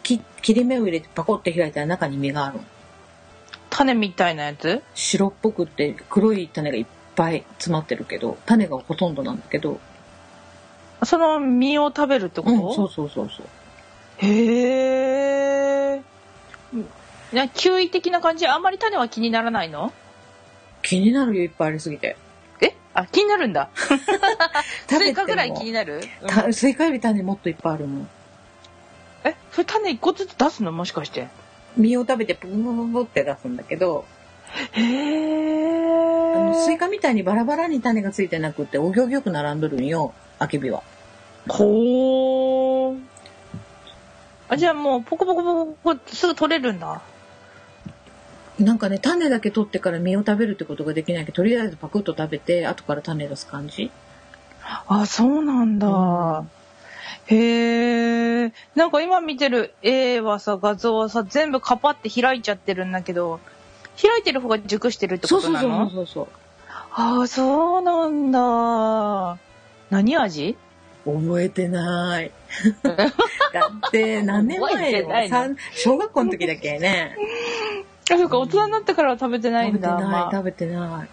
Speaker 4: き切れ目を入れてパコって開いたら中に芽があるの
Speaker 5: 種みたいなやつ
Speaker 4: 白っぽくって黒い種がいっぱい詰まってるけど、種がほとんどなんだけど、
Speaker 5: その実を食べるってこ
Speaker 4: う
Speaker 5: と、
Speaker 4: ん、そうそうそうそう。
Speaker 5: へえ。な球威的な感じあんまり種は気にならないの
Speaker 4: 気になるよ、いっぱいありすぎて。
Speaker 5: えあ気になるんだ
Speaker 4: 食
Speaker 5: ス
Speaker 4: べても
Speaker 5: イカぐらい気になる、うん
Speaker 4: たスイカより種もっといっぱいあるもん。
Speaker 5: えそれ種一個ずつ出すのもしかして
Speaker 4: 実を食べてプンプンプンプンって出すんだけど、
Speaker 5: へ
Speaker 4: あのスイ
Speaker 5: え
Speaker 4: カみたいにバラバラに種がついてなくってお行儀よく並んどるんよ、あけびは。
Speaker 5: ほーあじゃあもうポコポコポコポコすぐ取れるんだ
Speaker 4: なんかね、種だけ取ってから実を食べるってことができないけど、とりあえずパクッと食べて、後から種出す感じ。
Speaker 5: あ、そうなんだ。
Speaker 4: う
Speaker 5: へえ。なんか今見てる絵はさ、画像はさ、全部カパって開いちゃってるんだけど、開いてる方が熟してるって
Speaker 4: そ
Speaker 5: こ
Speaker 4: う
Speaker 5: と
Speaker 4: そう
Speaker 5: なの
Speaker 4: そうそうそう。
Speaker 5: ああ、そうなんだ。何味
Speaker 4: 覚え てない。だって、何年
Speaker 5: 覚
Speaker 4: 前
Speaker 5: えて
Speaker 4: よ
Speaker 5: ないの
Speaker 4: さん小学校の時だっけね。
Speaker 5: あ、そうか、大人になってからは食べてない
Speaker 4: 食べ
Speaker 5: ん
Speaker 4: て
Speaker 5: だ。
Speaker 4: ない、
Speaker 5: ま
Speaker 4: 食べてない。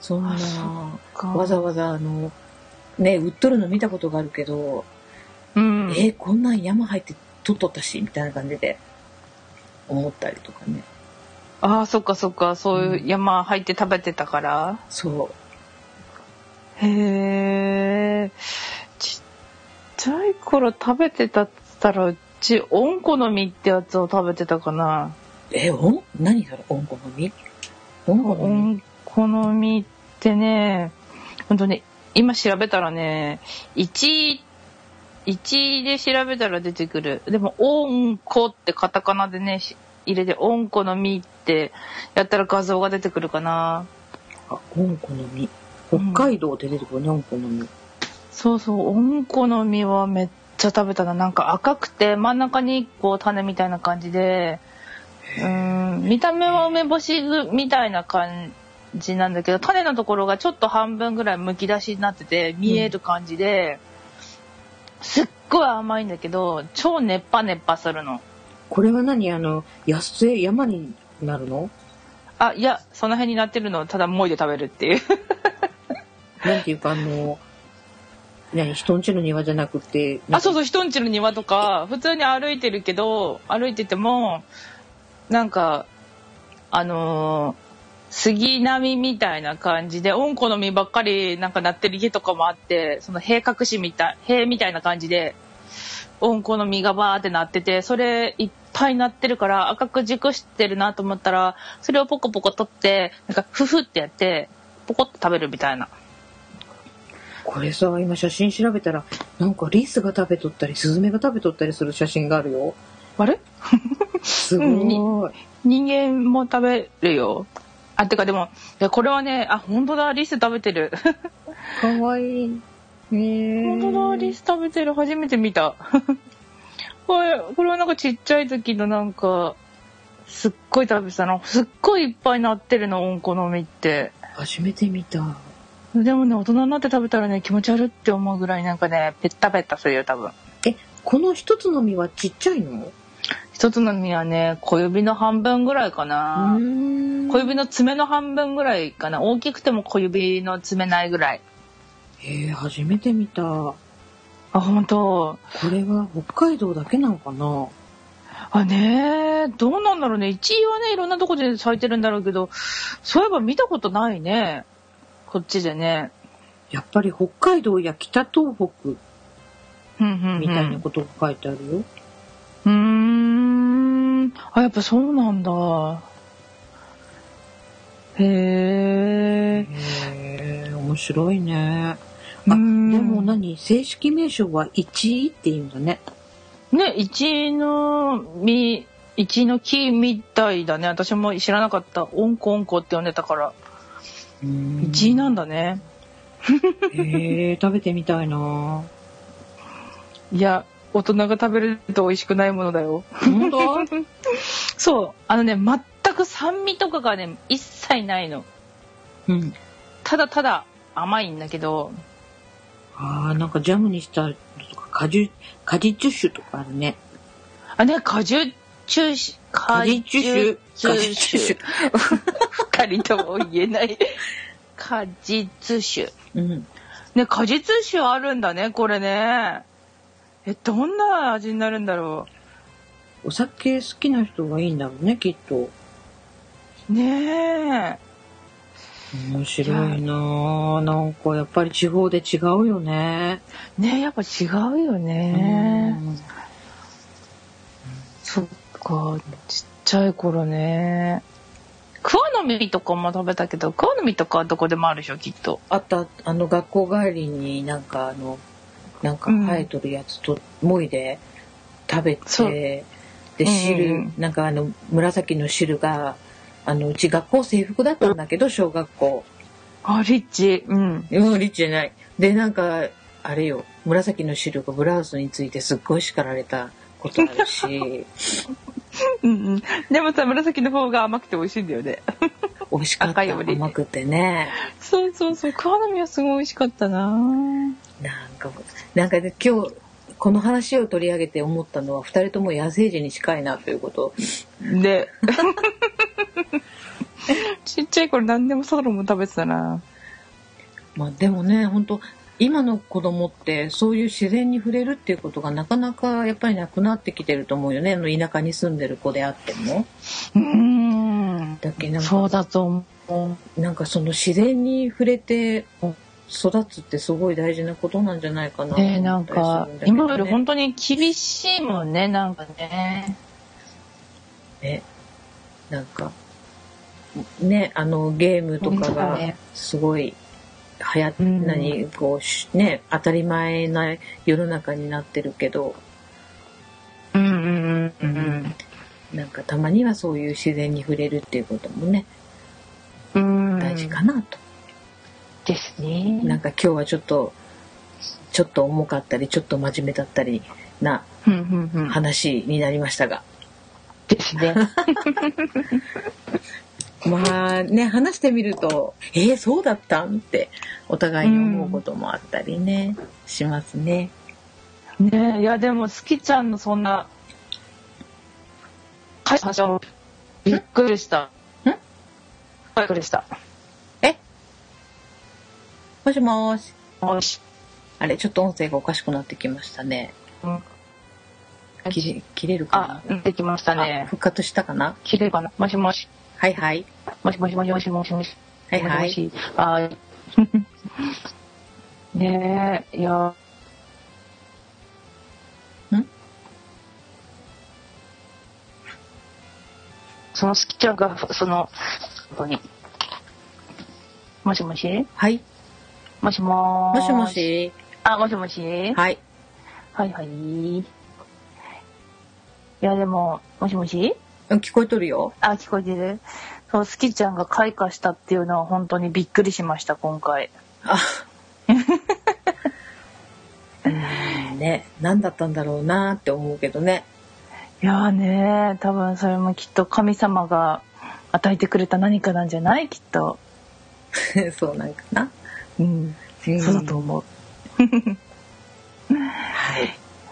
Speaker 4: そん
Speaker 5: あ
Speaker 4: な、
Speaker 5: あ
Speaker 4: わざわざあの、ね、売っとるの見たことがあるけど、
Speaker 5: うん。
Speaker 4: えーこんなん山入って取っとったし、みたいな感じで、思ったりとかね。
Speaker 5: ああ、そっかそっか、そういう山入って食べてたから。
Speaker 4: そう。
Speaker 5: へえ。ちっちゃい頃食べてたっつったら、うち、おんこの実ってやつを食べてたかな。
Speaker 4: え、おん何それおんこの実おんこ
Speaker 5: お
Speaker 4: の実
Speaker 5: んこの実ってね、ほんとね、今調べたらね、1、1で調べたら出てくる。でも、おんこってカタカナでね、し入れて、おんこの実ってやったら画像が出てくるかな。
Speaker 4: あ、おんこの実。北海道で出てくるね、おんこの実。
Speaker 5: そうそう、おんこの実はめっちゃ食べたな。なんか赤くて真ん中にこう種みたいな感じで、うん、見た目は梅干しみたいな感じなんだけど、種のところがちょっと半分ぐらいむき出しになってて、見える感じで、すっごい甘いんだけど、超熱波熱波するの。
Speaker 4: これは何あの、安瀬山になるの
Speaker 5: あ、いや、その辺になってるのをただもいで食べるっていう。
Speaker 4: なんていうかあの、 何人んちの庭じゃなくて、
Speaker 5: あ、そう
Speaker 4: う。
Speaker 5: そう、人んちの庭とか、普通に歩いてるけど、歩いてても、なんか、あのー杉並みたいな感じで、おんこの実ばっかりなんかなってる家とかもあって、その塀隠しみたい、塀みたいな感じで、おんこの実がバーってなってて、それいっぱいなってるから、赤く熟してるなと思ったら、それをポコポコ取って、なんか、ふふってやって、ポコッと食べるみたいな。
Speaker 4: これさ、今写真調べたら、なんかリスが食べとったり、スズメが食べとったりする写真があるよ。
Speaker 5: あれ
Speaker 4: すご
Speaker 5: うん
Speaker 4: い。
Speaker 5: 人間も食べるよあてかでもいやこれはねあ本当だリス食べてる
Speaker 4: かわいい。ねえ
Speaker 5: 本当だリス食べてる初めて見た これこれはなんかちっちゃい時のなんかすっごい食べてたなすっごいいっぱいなってるのおんこの実って
Speaker 4: 初めて見た。
Speaker 5: でもね大人になって食べたらね気持ち悪いって思うぐらいなんかねペッタペッタするよ多分
Speaker 4: え、この一つの実はちっちゃいの
Speaker 5: 一つの実はね小指の半分ぐらいかな、
Speaker 4: ん
Speaker 5: 小指の爪の半分ぐらいかな大きくても小指の爪ないぐらい
Speaker 4: えー、初めて見た。こ
Speaker 5: あ本当
Speaker 4: れは北海道だけなのかな
Speaker 5: あねえどうなんだろうね一位はねいろんなとこで咲いてるんだろうけどそういえば見たことないねこっちでね
Speaker 4: やっぱり北海道や北東北み
Speaker 5: み
Speaker 4: たいなことが書いてあるよ。
Speaker 5: うーんあやっぱそうなんだへえ
Speaker 4: へえ、面白いね。
Speaker 5: う
Speaker 4: あ、で
Speaker 5: ん
Speaker 4: も何正式名称は1位って言うんだね。
Speaker 5: ね一位の実一位の木みたいだね私も知らなかったオンコオンコって呼んでたから一位なんだね
Speaker 4: へえ、食べてみたいな。
Speaker 5: いや大 人が食べると美味しくないものだよ
Speaker 4: 本当
Speaker 5: そうあのね全くく酸味とかがね一切ないの
Speaker 4: うん。
Speaker 5: ただただ甘いんだけど
Speaker 4: ああ、なんかジャムにしたのとか、果汁、果汁ジュッシュとかあるね。
Speaker 5: あね果汁中止
Speaker 4: 果汁ジュッシュ。
Speaker 5: 果汁中酒二人とも言えない果実酒
Speaker 4: うん。
Speaker 5: ね果実酒あるんだねこれねえどんな味になるんだろ
Speaker 4: お酒好きな人がいいんだろうね、きっと。
Speaker 5: うねえ
Speaker 4: 面白いなぁ。なんかやっぱり地方で違うよね。
Speaker 5: ねえやっぱ違うよねそっかちっちゃい頃ね桑の実とかも食べたけど桑の実とかはどこでもあるでしょきっと
Speaker 4: あった、あの学校帰りになんかあの、なんか
Speaker 5: うん
Speaker 4: 生えとるやつと、もいで食べ
Speaker 5: そう
Speaker 4: て、で、
Speaker 5: う
Speaker 4: 汁、
Speaker 5: ん
Speaker 4: なんかあの、紫の汁が、あの、うち学校制服だったんだけど、小学校。
Speaker 5: あリッチうん
Speaker 4: うん、リッチじゃない。で、なんか、あれよ、紫の汁がブラウスについてすっごい叱られたことある し、
Speaker 5: うんうんでもさ紫の方が甘くて美味しいんだよね
Speaker 4: 美味しかった。
Speaker 5: 赤いより
Speaker 4: 甘くてね。
Speaker 5: そうそうそう桑の実はすごい美味しかったな
Speaker 4: なんか、なんかで今日、この話を取り上げて思ったのは、二人とも野生児に近いなということ。
Speaker 5: で ちっちゃい頃何でもソロも食べてたな
Speaker 4: まあでもね、本当今の子供って、そういう自然に触れるっていうことがなかなかやっぱりなくなってきてると思うよね。あの田舎に住んでる子であっても。
Speaker 5: うん
Speaker 4: だっけなん
Speaker 5: そう
Speaker 4: か、
Speaker 5: だと思う
Speaker 4: なんかその自然に触れて育つってすごい大事なことなんじゃないかなと思ったり
Speaker 5: ね
Speaker 4: する
Speaker 5: なんん
Speaker 4: だけど
Speaker 5: か
Speaker 4: ね、
Speaker 5: 今より本当に厳しいもんねなんかね
Speaker 4: ね、なんか、ね、あの、ゲームとか
Speaker 5: 本当だ
Speaker 4: が
Speaker 5: ね、
Speaker 4: すごい、流行っ、
Speaker 5: うん
Speaker 4: 何、こうし、ね、当たり前な世の中になってるけど、
Speaker 5: うんうんうんうん
Speaker 4: なんかたまにはそういう自然に触れるっていうこともね、
Speaker 5: うん
Speaker 4: 大事かなと。
Speaker 5: ですね
Speaker 4: なんか今日はちょっと、ちょっと重かったり、ちょっと真面目だったりな
Speaker 5: うんうんうん
Speaker 4: 話になりましたが。
Speaker 5: です ね
Speaker 4: まあね、話してみると、えー、そうだったんって、お互いに思うこともあったりね、しますね。
Speaker 5: ねいやでも好きちゃんのそんな会社をびっくりした
Speaker 4: ん
Speaker 5: びっくりした
Speaker 4: もしもーし。
Speaker 5: おいし
Speaker 4: あれ、ちょっと音声がおかしくなってきましたね。
Speaker 5: うん
Speaker 4: 切れ、切れる
Speaker 5: あ
Speaker 4: か
Speaker 5: できました
Speaker 4: な、
Speaker 5: ね
Speaker 4: 復活したかな
Speaker 5: 切れるかなもしもし
Speaker 4: はいはい。
Speaker 5: もしもしもしもしもしもし
Speaker 4: はいは
Speaker 5: も
Speaker 4: い。
Speaker 5: しもしはい ねえいや
Speaker 4: ん
Speaker 5: その好きちゃんがその本当にもしもし
Speaker 4: はい。
Speaker 5: もしもー
Speaker 4: もしもし。
Speaker 5: あもしもし
Speaker 4: はい。
Speaker 5: はいはいいやでももしもし
Speaker 4: うん聞こえとるよ。
Speaker 5: あ聞こえてるそう好きちゃんが開花したっていうのは本当にびっくりしました今回
Speaker 4: あ。うーんね、何だったんだろうなーって思うけどね。
Speaker 5: いやーねー多分それもきっと神様が与えてくれた何かなんじゃないきっと、
Speaker 4: そうなんかな。
Speaker 5: うん、そうだと思う
Speaker 4: はい。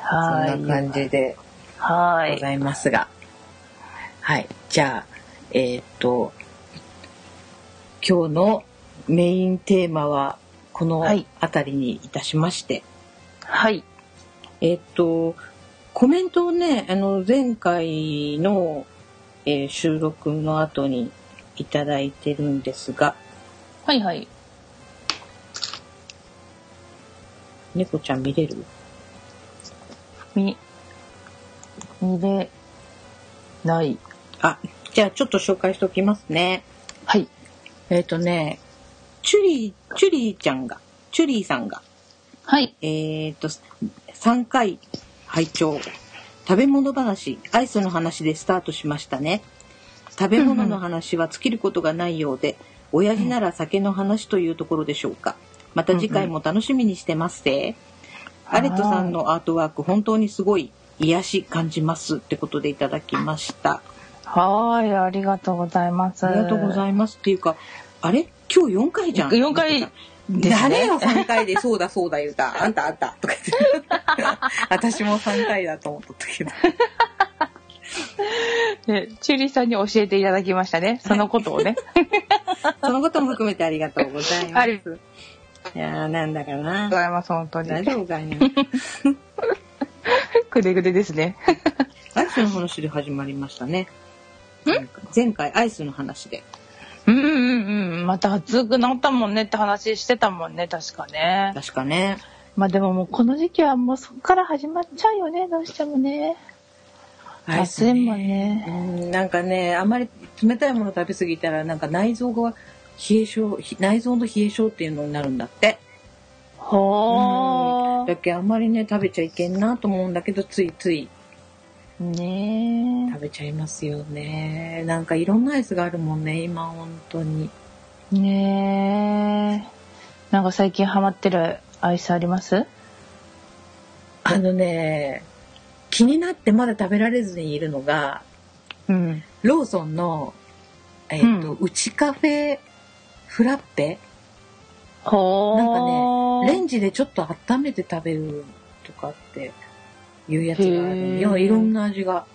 Speaker 5: は
Speaker 4: そ
Speaker 5: ー
Speaker 4: ん
Speaker 5: い
Speaker 4: な感じで
Speaker 5: はー
Speaker 4: ご
Speaker 5: い
Speaker 4: ざいますが。はい。じゃあ、えーっと、今日のメインテーマは、この
Speaker 5: はい
Speaker 4: 辺りにいたしまして、
Speaker 5: はい
Speaker 4: えーっと、コメントをね、あの、前回の、えー収録の後にいただいてるんですが、
Speaker 5: はいはい
Speaker 4: 猫ちゃん見れる
Speaker 5: み見れない
Speaker 4: あ、じゃあちょっと紹介しておきますね。
Speaker 5: はい
Speaker 4: えーっとね、チュリー、チュリーちゃんが、チュリーさんが、
Speaker 5: はい
Speaker 4: えー、と、3回拝聴食べ物話、アイスの話でスタートしましたね。食べ物の話は尽きることがないようで、親父なら酒の話というところでしょうか。また次回も楽しみにしてますぜ。アレットさんのアートワーク、本当にすごい癒し感じますってことでいただきました。
Speaker 5: はーい、ありがとうございます。
Speaker 4: ありがとうございます。っていうか、あれ今日4回じゃん。
Speaker 5: 4回です
Speaker 4: 誰
Speaker 5: ね。
Speaker 4: よ、3回で、そうだそうだ言うた。あんたあんた。とか言って。 私も3回だと思っとったけど。
Speaker 5: ねチューリーさんに教えていただきましたね。そのことをね。
Speaker 4: そのことも含めてありがとうござい ま
Speaker 5: あ
Speaker 4: す。
Speaker 5: りがとう
Speaker 4: いやー、なんだか
Speaker 5: ご
Speaker 4: な。
Speaker 5: ざいます、本当
Speaker 4: あ
Speaker 5: に
Speaker 4: り。がとうございます。
Speaker 5: くれぐれですね。
Speaker 4: アイスの話で始まりましたね。前回アイスの話で。
Speaker 5: うんうんうん。また暑くなったもんねって話してたもんね、確かね。
Speaker 4: 確かね。
Speaker 5: まあでももうこの時期はもうそこから始まっちゃうよね、どうしてもね。
Speaker 4: アイス
Speaker 5: 暑
Speaker 4: ね
Speaker 5: いもんね。
Speaker 4: うんなんかね、あまり冷たいもの食べ過ぎたら、なんか内臓が冷え症、ひ内臓の冷え症っていうのになるんだって。
Speaker 5: ほ
Speaker 4: だっけあんまりね、食べちゃいけんなと思うんだけど、ついつ
Speaker 5: ー。
Speaker 4: い
Speaker 5: ね
Speaker 4: 食べちゃいますよね。なんかいろんなアイスがあるもんね、今本当に。
Speaker 5: え。ねえ。なんか最近ハマってるアイスあります
Speaker 4: あのね、気になってまだ食べられずにいるのが、
Speaker 5: うん。
Speaker 4: ローソンの、えっ、と、うち、カフェフラッペ
Speaker 5: ほー。
Speaker 4: なん
Speaker 5: か
Speaker 4: レンジでちょっと温めて食べるとかっていうやつがあるのよ。
Speaker 5: へー
Speaker 4: いろんな味が。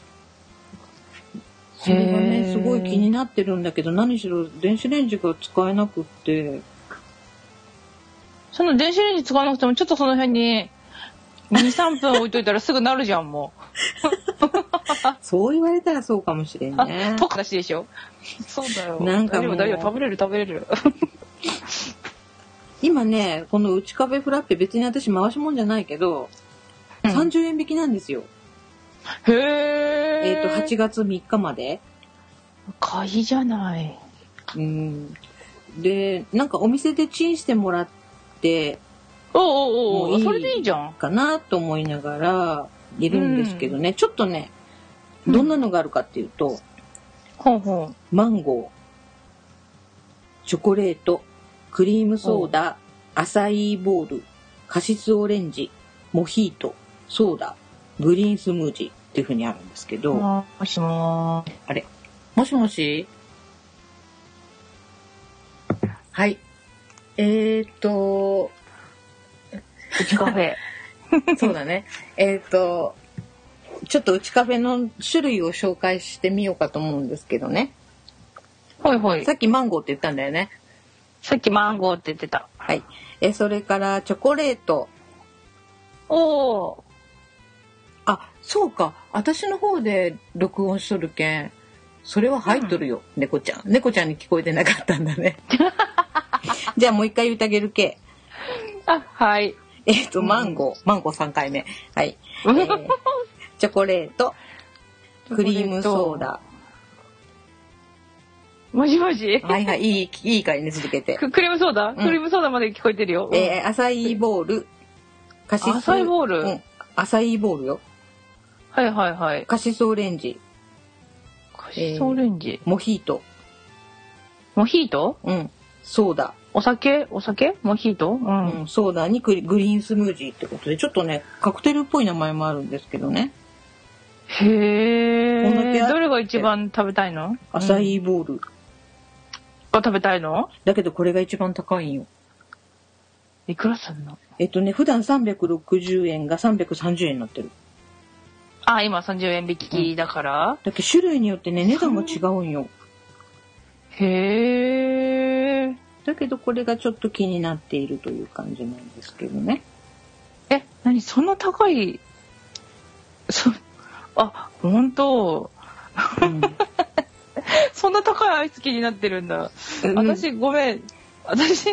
Speaker 4: それがね、すごい気になってるんだけど、何しろ電子レンジが使えなくって。
Speaker 5: その電子レンジ使わなくてもちょっとその辺に2、3分置いといたらすぐなるじゃん、もう。
Speaker 4: そう言われたらそうかもしれん ね。
Speaker 5: ポッなしでしょそうだよ。
Speaker 4: なんか
Speaker 5: 大丈
Speaker 4: もう
Speaker 5: 夫、大丈夫。食べれる、食べれる。
Speaker 4: 今ね、このうちカフェフラッペ別に私回しもんじゃないけど、
Speaker 5: うん
Speaker 4: 30円引きなんですよ。
Speaker 5: へー。
Speaker 4: えっ、と、8月3日まで。
Speaker 5: 買いじゃない。
Speaker 4: うんでなんかお店でチンしてもらって
Speaker 5: おうおうお
Speaker 4: もう
Speaker 5: う
Speaker 4: いい
Speaker 5: それでいいじゃん。
Speaker 4: かなと思いながらいるんですけどね、ちょっとねどんなのがあるかっていうと、
Speaker 5: ほんほん。
Speaker 4: マンゴーチョコレートクリームソーダアサイーボールカシスオレンジモヒートソーダグリーンスムージーっていうふうにあるんですけど、
Speaker 5: もしもー
Speaker 4: もしもしはいえー、っと
Speaker 5: うちカフェ。
Speaker 4: そうだね。えっ、と、ちょっとうちカフェの種類を紹介してみようかと思うんですけどね。
Speaker 5: ほいほい
Speaker 4: さ。っきマンゴーって言ったんだよね。
Speaker 5: さっきマンゴーって言ってた。
Speaker 4: はい。え、それからチョコレート。
Speaker 5: おお。
Speaker 4: あ、そうか。私の方で録音しとるけん。それは入っとるよ、猫ちゃん。猫ちゃんに聞こえてなかったんだ ね。じゃあもう一回言ってあげるけ。
Speaker 5: あ、はい。
Speaker 4: えっ、と、マンゴー。マンゴー3回目。はい。え ーチョコレート。クリームソーダ。
Speaker 5: もしもし。
Speaker 4: はいはい。いい、いい感じに続けて。
Speaker 5: ククリームソーダ、
Speaker 4: ん
Speaker 5: クリームソーダまで聞こえてるよ。
Speaker 4: えー、アサイーボール、カシス。
Speaker 5: アサイーボール
Speaker 4: うん。アサイーボールよ。
Speaker 5: はいはいはい。
Speaker 4: カシスオレンジ、
Speaker 5: カシスオレンジ。
Speaker 4: モヒート、
Speaker 5: モヒート
Speaker 4: うん。ソーダ、
Speaker 5: お酒お酒モヒートう。
Speaker 4: うんん。ソーダにクリグリーンスムージーってことで、ちょっとね、カクテルっぽい名前もあるんですけどね。
Speaker 5: へ
Speaker 4: こんだけ
Speaker 5: え。
Speaker 4: あって
Speaker 5: どれが一番食べたいの
Speaker 4: アサ
Speaker 5: うん
Speaker 4: イーボール。
Speaker 5: が食べたいの
Speaker 4: だけどこれが一番高いんよ。
Speaker 5: いくらすんの
Speaker 4: えっとね、普段360円が330円になってる。
Speaker 5: あ、今30円引きだから。
Speaker 4: だけど種類によってね、値段が違うんよ。
Speaker 5: へえ。
Speaker 4: だけどこれがちょっと気になっているという感じなんですけどね。
Speaker 5: え、何そんな高い、そ、あ、本当
Speaker 4: うん、
Speaker 5: そんな高いアイス気になってるんだ。私、ごめん。私、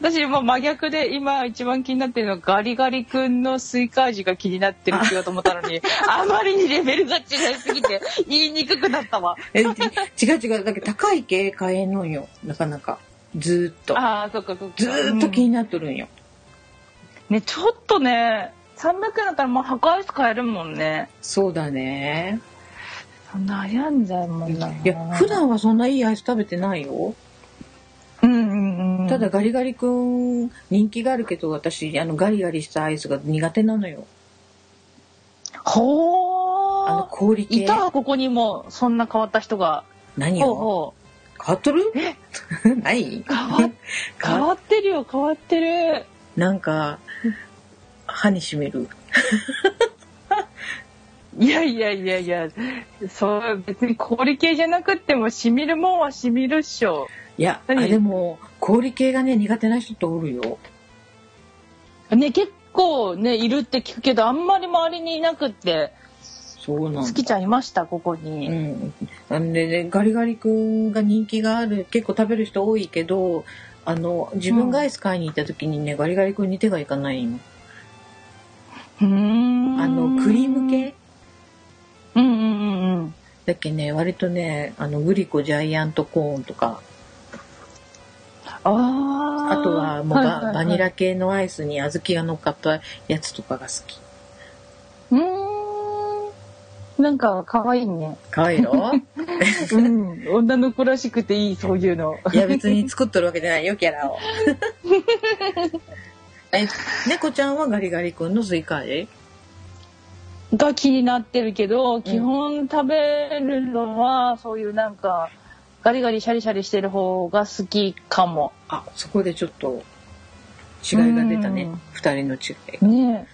Speaker 5: 私、もう真逆で、今一番気になってるのは、ガリガリ君のスイカ味が気になってるって言おうと思ったの に、あまりにレベルが違いすぎて、言いにくくなったわ。
Speaker 4: えち違う違うだけど高い系買えんのんよなかなかずーっと
Speaker 5: ああ、そっかそっか。
Speaker 4: ずーっと気になっとるんよ、
Speaker 5: ね、ちょっとね、300円だったらもう箱アイス買えるもんね。
Speaker 4: そうだね
Speaker 5: 悩んじゃうもんな。
Speaker 4: いや普段はそんないいアイス食べてないよ、
Speaker 5: うんうんうん。
Speaker 4: ただ、ガリガリ君人気があるけど私あのガリガリしたアイスが苦手なのよ
Speaker 5: ほー。
Speaker 4: あの氷
Speaker 5: い
Speaker 4: 系
Speaker 5: たわここにもそんな変わった人が
Speaker 4: 何
Speaker 5: ほう
Speaker 4: を
Speaker 5: ほう
Speaker 4: 変わっとる ない
Speaker 5: 変わってるよ変わってる
Speaker 4: なんか歯にしめる
Speaker 5: いやいやいやいやそう別に氷系じゃなくってもしみるもんはしみるっしょ
Speaker 4: いやあ
Speaker 5: 何
Speaker 4: でも氷系がね苦手な人っておるよ
Speaker 5: ね結構ねいるって聞くけどあんまり周りにいなくって
Speaker 4: そうなんだ
Speaker 5: 月ちゃんいましたここに、
Speaker 4: うん、なんでねガリガリ君が人気がある結構食べる人多いけどあの自分がアイス買いに行った時にね、ガリガリ君に手がいかないの
Speaker 5: うーん
Speaker 4: あのクリーム系
Speaker 5: うんうんうんうん
Speaker 4: だっけね割とねあのグリコジャイアントコーンとか
Speaker 5: あ
Speaker 4: あ
Speaker 5: ー
Speaker 4: とはもうバ,、
Speaker 5: いいい
Speaker 4: バニラ系のアイスに小豆が乗っかったやつとかが好き
Speaker 5: うーんなんか可愛い ね、
Speaker 4: 可愛いろ
Speaker 5: うん、女の子らしくていいそういうの
Speaker 4: いや別に作っとるわけじゃないよキャ ラをえ猫ちゃんはガリガリ君のスイカ味
Speaker 5: が気になってるけど基本食べるのはそういうなんかガリガリシャリシャリしてる方が好きかも
Speaker 4: あそこでちょっと違いが出たね
Speaker 5: うん
Speaker 4: 二人の違い
Speaker 5: ね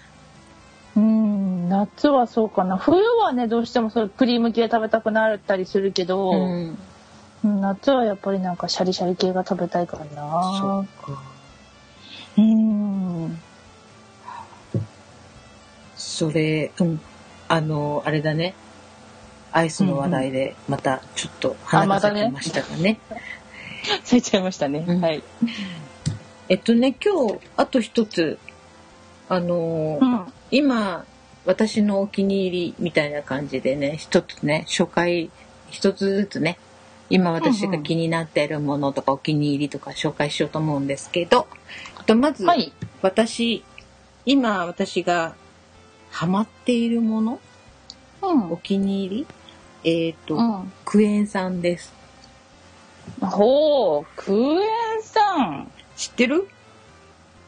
Speaker 5: えうん夏はそうかな冬はねどうしてもそういうクリーム系食べたくなったりするけど、
Speaker 4: うん、
Speaker 5: うん夏はやっぱりなんかシャリシャリ系が食べたいから
Speaker 4: そ
Speaker 5: な
Speaker 4: うか
Speaker 5: うん
Speaker 4: それうんあのあれだねアイスの話題でまたちょっと花が咲きましたがね,、
Speaker 5: 咲いちゃいましたね、
Speaker 4: うん
Speaker 5: はい、
Speaker 4: えっとね今日あと一つあのー
Speaker 5: うん、
Speaker 4: 今私のお気に入りみたいな感じでね一つね初回一つずつね今私が気になっているものとかお気に入りとか紹介しようと思うんですけど、えっと、まず
Speaker 5: はい
Speaker 4: 私、今私がハマっているもの
Speaker 5: うん
Speaker 4: お気に入りえっ、と、
Speaker 5: うん
Speaker 4: クエン酸です
Speaker 5: ほうクエン酸
Speaker 4: 知ってる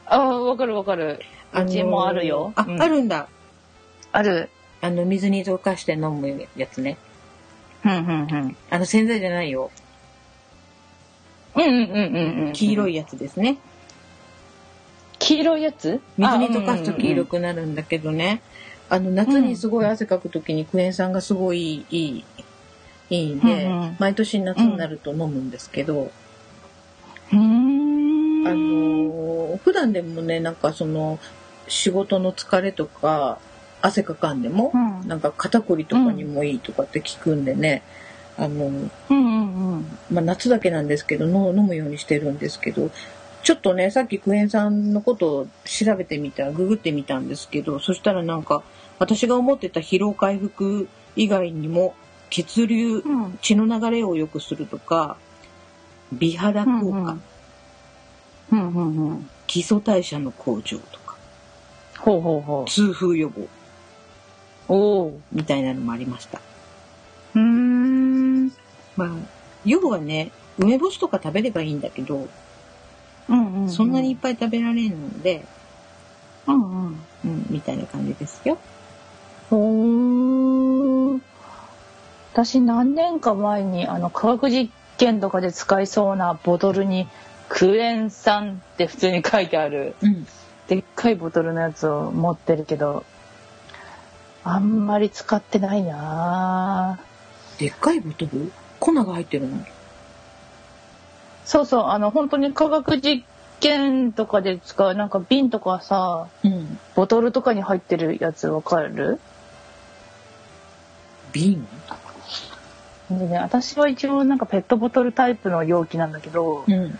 Speaker 5: あーわかるわかる
Speaker 4: あの
Speaker 5: うちもあるよ
Speaker 4: あ、
Speaker 5: うん
Speaker 4: あるんだ
Speaker 5: ある
Speaker 4: あの水に溶かして飲むやつね
Speaker 5: うんうんうん
Speaker 4: あの洗剤じゃないよ
Speaker 5: うんうんうんうんうん
Speaker 4: 黄色いやつですね、
Speaker 5: 黄色いやつ
Speaker 4: 水に溶かすと黄色くなるんだけどねあの夏にすごい汗かくときにクエン酸がすごいいいいいんで、
Speaker 5: うんうん
Speaker 4: 毎年夏になると飲むんですけど、
Speaker 5: うん
Speaker 4: あ
Speaker 5: うん
Speaker 4: のー普段でもねなんかその仕事の疲れとか汗かかんでも、
Speaker 5: うん
Speaker 4: なんか肩こりとかにもいいとかって聞くんでね、あのー
Speaker 5: うんうんうん
Speaker 4: まあ、夏だけなんですけどの飲むようにしてるんですけどちょっとねさっきクエン酸のことを調べてみたググってみたんですけどそしたらなんか私が思ってた疲労回復以外にも血流
Speaker 5: うん
Speaker 4: 血の流れを良くするとか美肌効果、
Speaker 5: うんうんうん
Speaker 4: 基礎代謝の向上とか
Speaker 5: ほうほうほ
Speaker 4: 痛風予防
Speaker 5: うおお
Speaker 4: みたいなのもありました
Speaker 5: うーんうん
Speaker 4: まあ要はね梅干しとか食べればいいんだけど、
Speaker 5: うんうん
Speaker 4: そんなにいっぱい食べられないので、
Speaker 5: うんうん
Speaker 4: うん、みたいな感じですよ
Speaker 5: ほー私何年か前にあの科学実験とかで使いそうなボトルに「クエン酸」って普通に書いてある
Speaker 4: うん
Speaker 5: でっかいボトルのやつを持ってるけどあんまり使ってないなぁ
Speaker 4: でっかいボトル粉が入ってるの
Speaker 5: そうそうあの本当に科学実験とかで使うなんか瓶とかさ
Speaker 4: うん
Speaker 5: ボトルとかに入ってるやつわかる
Speaker 4: 瓶
Speaker 5: でね私は一応なんかペットボトルタイプの容器なんだけど、
Speaker 4: うん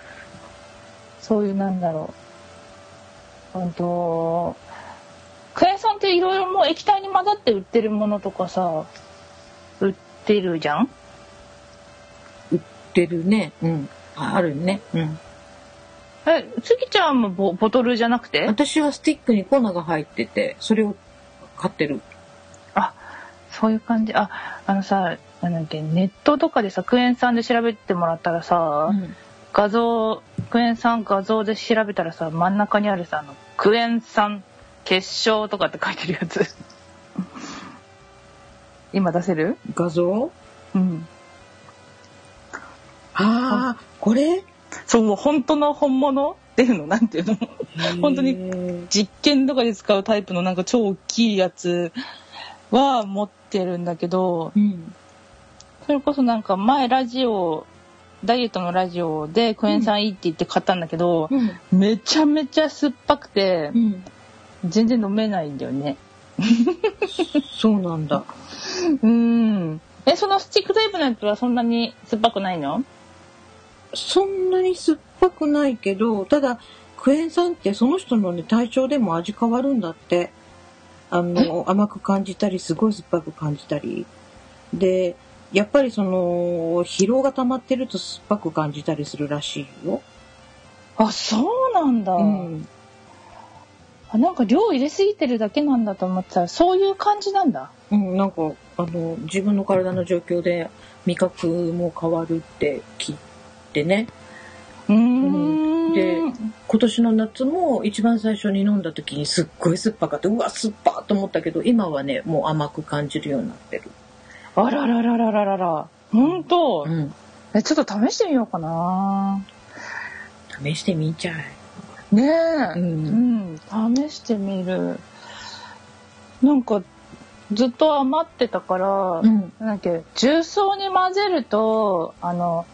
Speaker 5: そういうなんだろう。うんと、クエン酸っていろいろもう液体に混ざって売ってるものとかさ、売ってるじゃん
Speaker 4: 出るねうんああるねうん
Speaker 5: え、スギちゃんもボボトルじゃなくて
Speaker 4: 私はスティックに粉が入っててそれを買ってる
Speaker 5: あ、そういう感じ。あ、あのさ、なんだっけ、ネットとかでさ、クエン酸で調べてもらったらさ、
Speaker 4: うん
Speaker 5: 画像、クエン酸画像で調べたらさ、真ん中にあるさ、あの、クエン酸結晶とかって書いてるやつ。今出せる
Speaker 4: 画像
Speaker 5: うん。
Speaker 4: ああ、これ
Speaker 5: そう、もう本当の本物っていうの、なんていうの本当に
Speaker 4: に。
Speaker 5: 実験とかで使うタイプのなんか超大きいやつは持ってるんだけど、
Speaker 4: うん。
Speaker 5: それこそなんか前ラジオ、ダイエットのラジオでクエン酸いいって言って買ったんだけど、
Speaker 4: うん。
Speaker 5: めちゃめちゃ酸っぱくて
Speaker 4: う、ん。
Speaker 5: 全然飲めないんだよね。
Speaker 4: そうなんだ。
Speaker 5: うん。え、そのスティックタイプのやつはそんなに酸っぱくないの
Speaker 4: そんなに酸っぱくないけど、ただ、クエン酸ってその人のね、体調でも味変わるんだって。あの、甘く感じたり、すごい酸っぱく感じたり。で、やっぱりその、疲労が溜まってると酸っぱく感じたりするらしいよ。
Speaker 5: あ、そうなんだ。
Speaker 4: うん。
Speaker 5: あなんか量入れすぎてるだけなんだと思ってたらそういう感じなんだ
Speaker 4: うん、なんか、あの、自分の体の状況で味覚も変わるって聞いてね。
Speaker 5: うー
Speaker 4: ん
Speaker 5: ん
Speaker 4: で
Speaker 5: で
Speaker 4: 今年の夏も一番最初に飲んだ時にすっごい酸っぱかったうわ酸っぱと思ったけど今はねもう甘く感じるようになってる、
Speaker 5: あららららららら本当
Speaker 4: うん、
Speaker 5: えちょっと試してみようかな
Speaker 4: 試してみんちゃ
Speaker 5: ね
Speaker 4: え、
Speaker 5: え
Speaker 4: ん、
Speaker 5: うん、試してみるなんかずっと余ってたから、
Speaker 4: うん、
Speaker 5: なんだっけ重曹に混ぜるとあの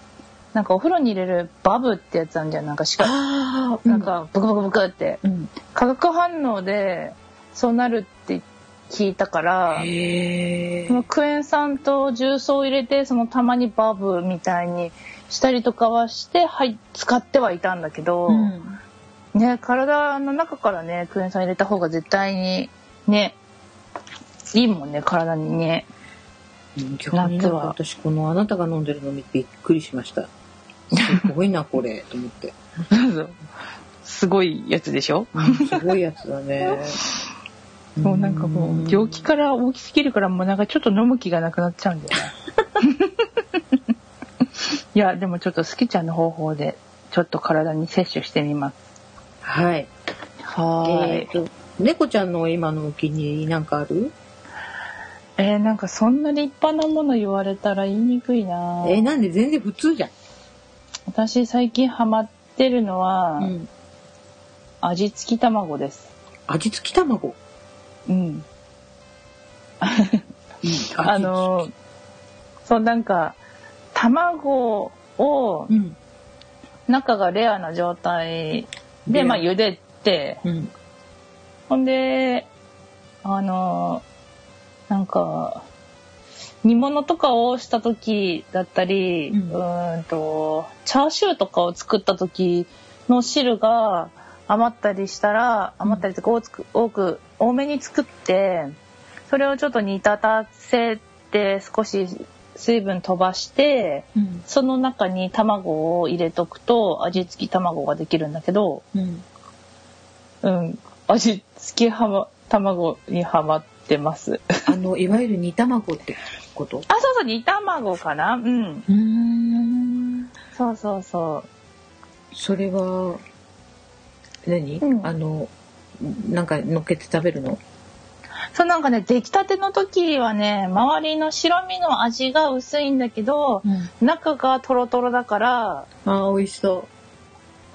Speaker 5: なんかお風呂に入れるバブってやつなんだよなんかしか
Speaker 4: ああ
Speaker 5: なんかブクブクブクって
Speaker 4: うん
Speaker 5: 化学反応でそうなるって聞いたから
Speaker 4: へえ
Speaker 5: そのクエン酸と重曹を入れてそのたまにバブみたいにしたりとかはして、はい、使ってはいたんだけど、
Speaker 4: うん
Speaker 5: ね体の中からねクエン酸入れた方が絶対にねいいもんね体に ね
Speaker 4: 逆にな
Speaker 5: 夏
Speaker 4: んか
Speaker 5: は
Speaker 4: 私このあなたが飲んでるのにびっくりしましたすごいなこれと思って
Speaker 5: すごいやつでしょ
Speaker 4: すごいやつ だね
Speaker 5: もうなんかもう病気から大きすぎるからもうなんかちょっと飲む気がなくなっちゃうんだよね いやでもちょっとスキちゃんの方法でちょっと体に摂取してみます
Speaker 4: はい
Speaker 5: は
Speaker 4: えっ、と猫ちゃんの今のお気に入りなんかある
Speaker 5: えー、なんかそんな立派なもの言われたら言いにくいな、
Speaker 4: えーなんで全然普通じゃん
Speaker 5: 私最近ハマってるのは、
Speaker 4: うん、
Speaker 5: 味付き卵です
Speaker 4: 味付き卵、
Speaker 5: うん
Speaker 4: あ
Speaker 5: あのーそうなんか卵を
Speaker 4: うん
Speaker 5: 中がレアな状態
Speaker 4: レ
Speaker 5: で、
Speaker 4: ア
Speaker 5: まあ茹でて
Speaker 4: うん
Speaker 5: ほんであのーなんか煮物とかをした時だったり、
Speaker 4: うん
Speaker 5: うーんとチャーシューとかを作った時の汁が余ったりしたら余ったりとか多く多く多めに作ってそれをちょっと煮立たせて少し水分飛ばして
Speaker 4: うん
Speaker 5: その中に卵を入れとくと味付き卵ができるんだけど、
Speaker 4: うん
Speaker 5: うん、味付きはま卵にはまってます。あ、
Speaker 4: あのいわゆる煮卵ってこと
Speaker 5: そうそう、煮卵かなうん。
Speaker 4: うん
Speaker 5: そうそうそ
Speaker 4: それは何、
Speaker 5: うん
Speaker 4: あのなんか乗っけて食べるの
Speaker 5: う。そうなんかね、出来たての時はね、周りの白身の味が薄いんだけど、中がトロトロだから、
Speaker 4: あー美味しそ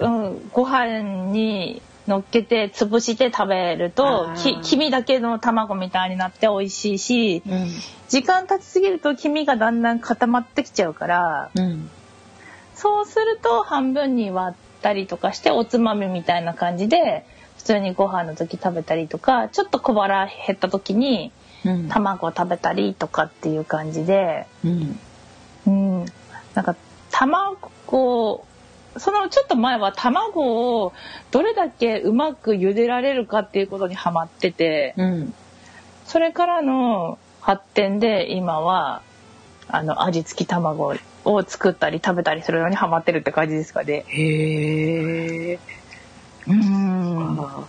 Speaker 5: うん、ご飯に乗っけて潰して食べると
Speaker 4: あ、
Speaker 5: き
Speaker 4: ー
Speaker 5: 黄身だけの卵みたいになって美味しいし、
Speaker 4: ううん
Speaker 5: 時間経ちすぎると黄身がだんだん固まってきちゃうから、
Speaker 4: うん
Speaker 5: そうすると半分に割ったりとかしておつまみみたいな感じで普通にご飯の時食べたりとかちょっと小腹減った時に
Speaker 4: うん
Speaker 5: 卵を食べたりとかっていう感じで、
Speaker 4: うん
Speaker 5: うん、なんか卵そのちょっと前は卵をどれだけうまく茹でられるかっていうことにハマってて
Speaker 4: うん
Speaker 5: それからの発展で今はあの味付き卵を作ったり食べたりするのにハマってるって感じですかね。
Speaker 4: へえ
Speaker 5: うん
Speaker 4: あ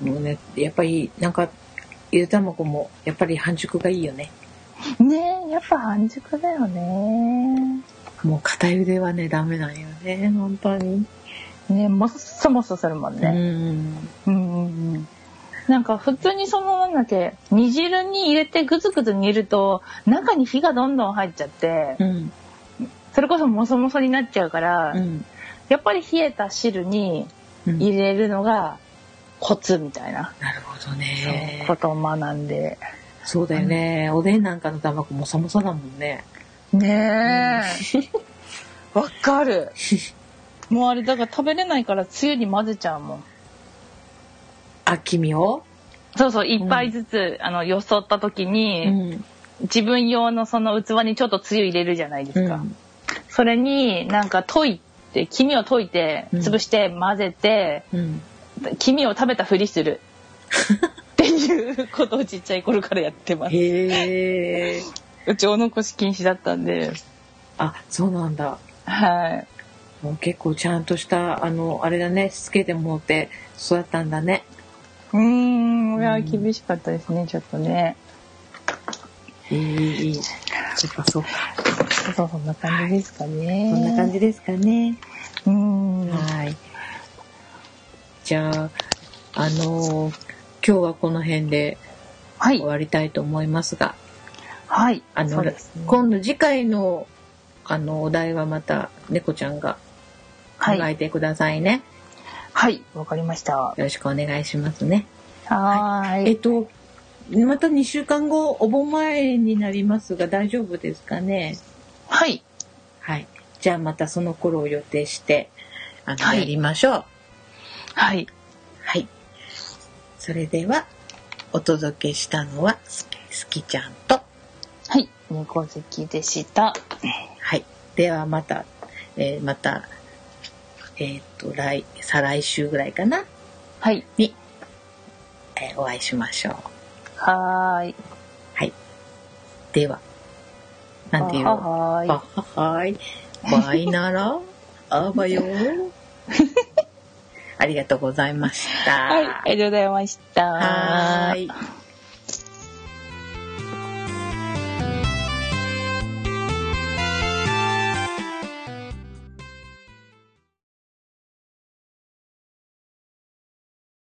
Speaker 4: ーもうねやっぱりなんかゆで卵もやっぱり半熟がいいよね
Speaker 5: ねえやっぱ半熟だよね。
Speaker 4: もう片ゆではねダメなんよね本当に
Speaker 5: ねもっそもそするもん
Speaker 4: う
Speaker 5: ね。
Speaker 4: ん
Speaker 5: うんうんうんなんか普通にそのなんだっけ煮汁に入れてグツグツ煮ると中に火がどんどん入っちゃって
Speaker 4: うん。
Speaker 5: それこそモソモソになっちゃうから、
Speaker 4: うん。
Speaker 5: やっぱり冷えた汁に
Speaker 4: うん
Speaker 5: 入れるのがコツみたいな
Speaker 4: なるほど
Speaker 5: そう
Speaker 4: ね。
Speaker 5: ことを学んで
Speaker 4: そうだよね。おでんなんかの卵もさもさだもん ね。
Speaker 5: ね えわかるもうあれだから食べれないからつゆに混ぜちゃうもん
Speaker 4: あ、黄身を
Speaker 5: そうそう一杯ずつ、あのよそった時に、
Speaker 4: ん。
Speaker 5: 自分用のその器にちょっとつゆ入れるじゃないですか、
Speaker 4: うん
Speaker 5: それになんか溶いて黄身を溶いて
Speaker 4: うん
Speaker 5: 潰して混ぜて、
Speaker 4: うん。
Speaker 5: 黄身を食べたふりするっていうことをちっちゃい頃からやってます
Speaker 4: へえ。
Speaker 5: うちお残し禁止だったんで
Speaker 4: あ、そうなんだ。
Speaker 5: はい
Speaker 4: もう結構ちゃんとした、あの、あれだね、しつけてもらって育ったんだね。
Speaker 5: うーん親は
Speaker 4: うん
Speaker 5: 厳しかったですねちょっとね
Speaker 4: いい、いい。そっかそっか。
Speaker 5: そうそんな感じですかね
Speaker 4: そんな感じですかね。
Speaker 5: うーん
Speaker 4: はい。じゃあ、あのー今日はこの辺で
Speaker 5: はい
Speaker 4: 終わりたいと思いますが、
Speaker 5: はい
Speaker 4: あの、
Speaker 5: そうですね
Speaker 4: 今度次回の、あの、お題はまた猫ちゃんが考
Speaker 5: は
Speaker 4: え
Speaker 5: い
Speaker 4: てくださいね。
Speaker 5: はいわかりましたは
Speaker 4: よろしくお願いしますね。
Speaker 5: ーい
Speaker 4: えっと、また2週間後、お盆前になりますが、大丈夫ですかね
Speaker 5: はい
Speaker 4: はい。じゃあまたその頃を予定して、あの、
Speaker 5: はい
Speaker 4: やりましょう。
Speaker 5: はい
Speaker 4: はい。それでは、お届けしたのは、すすきちゃんと、
Speaker 5: はい猫好きでした
Speaker 4: はい。ではまた、えーまた、えっ、と、来、再来週ぐらいかな、
Speaker 5: はい
Speaker 4: えーお会いしましょう。
Speaker 5: はーい
Speaker 4: では、なんていう
Speaker 5: あ
Speaker 4: の
Speaker 5: はーい
Speaker 4: あははい。バイなら、あばよ。ありがとうございました。
Speaker 5: はいありがとうございました
Speaker 4: はーい。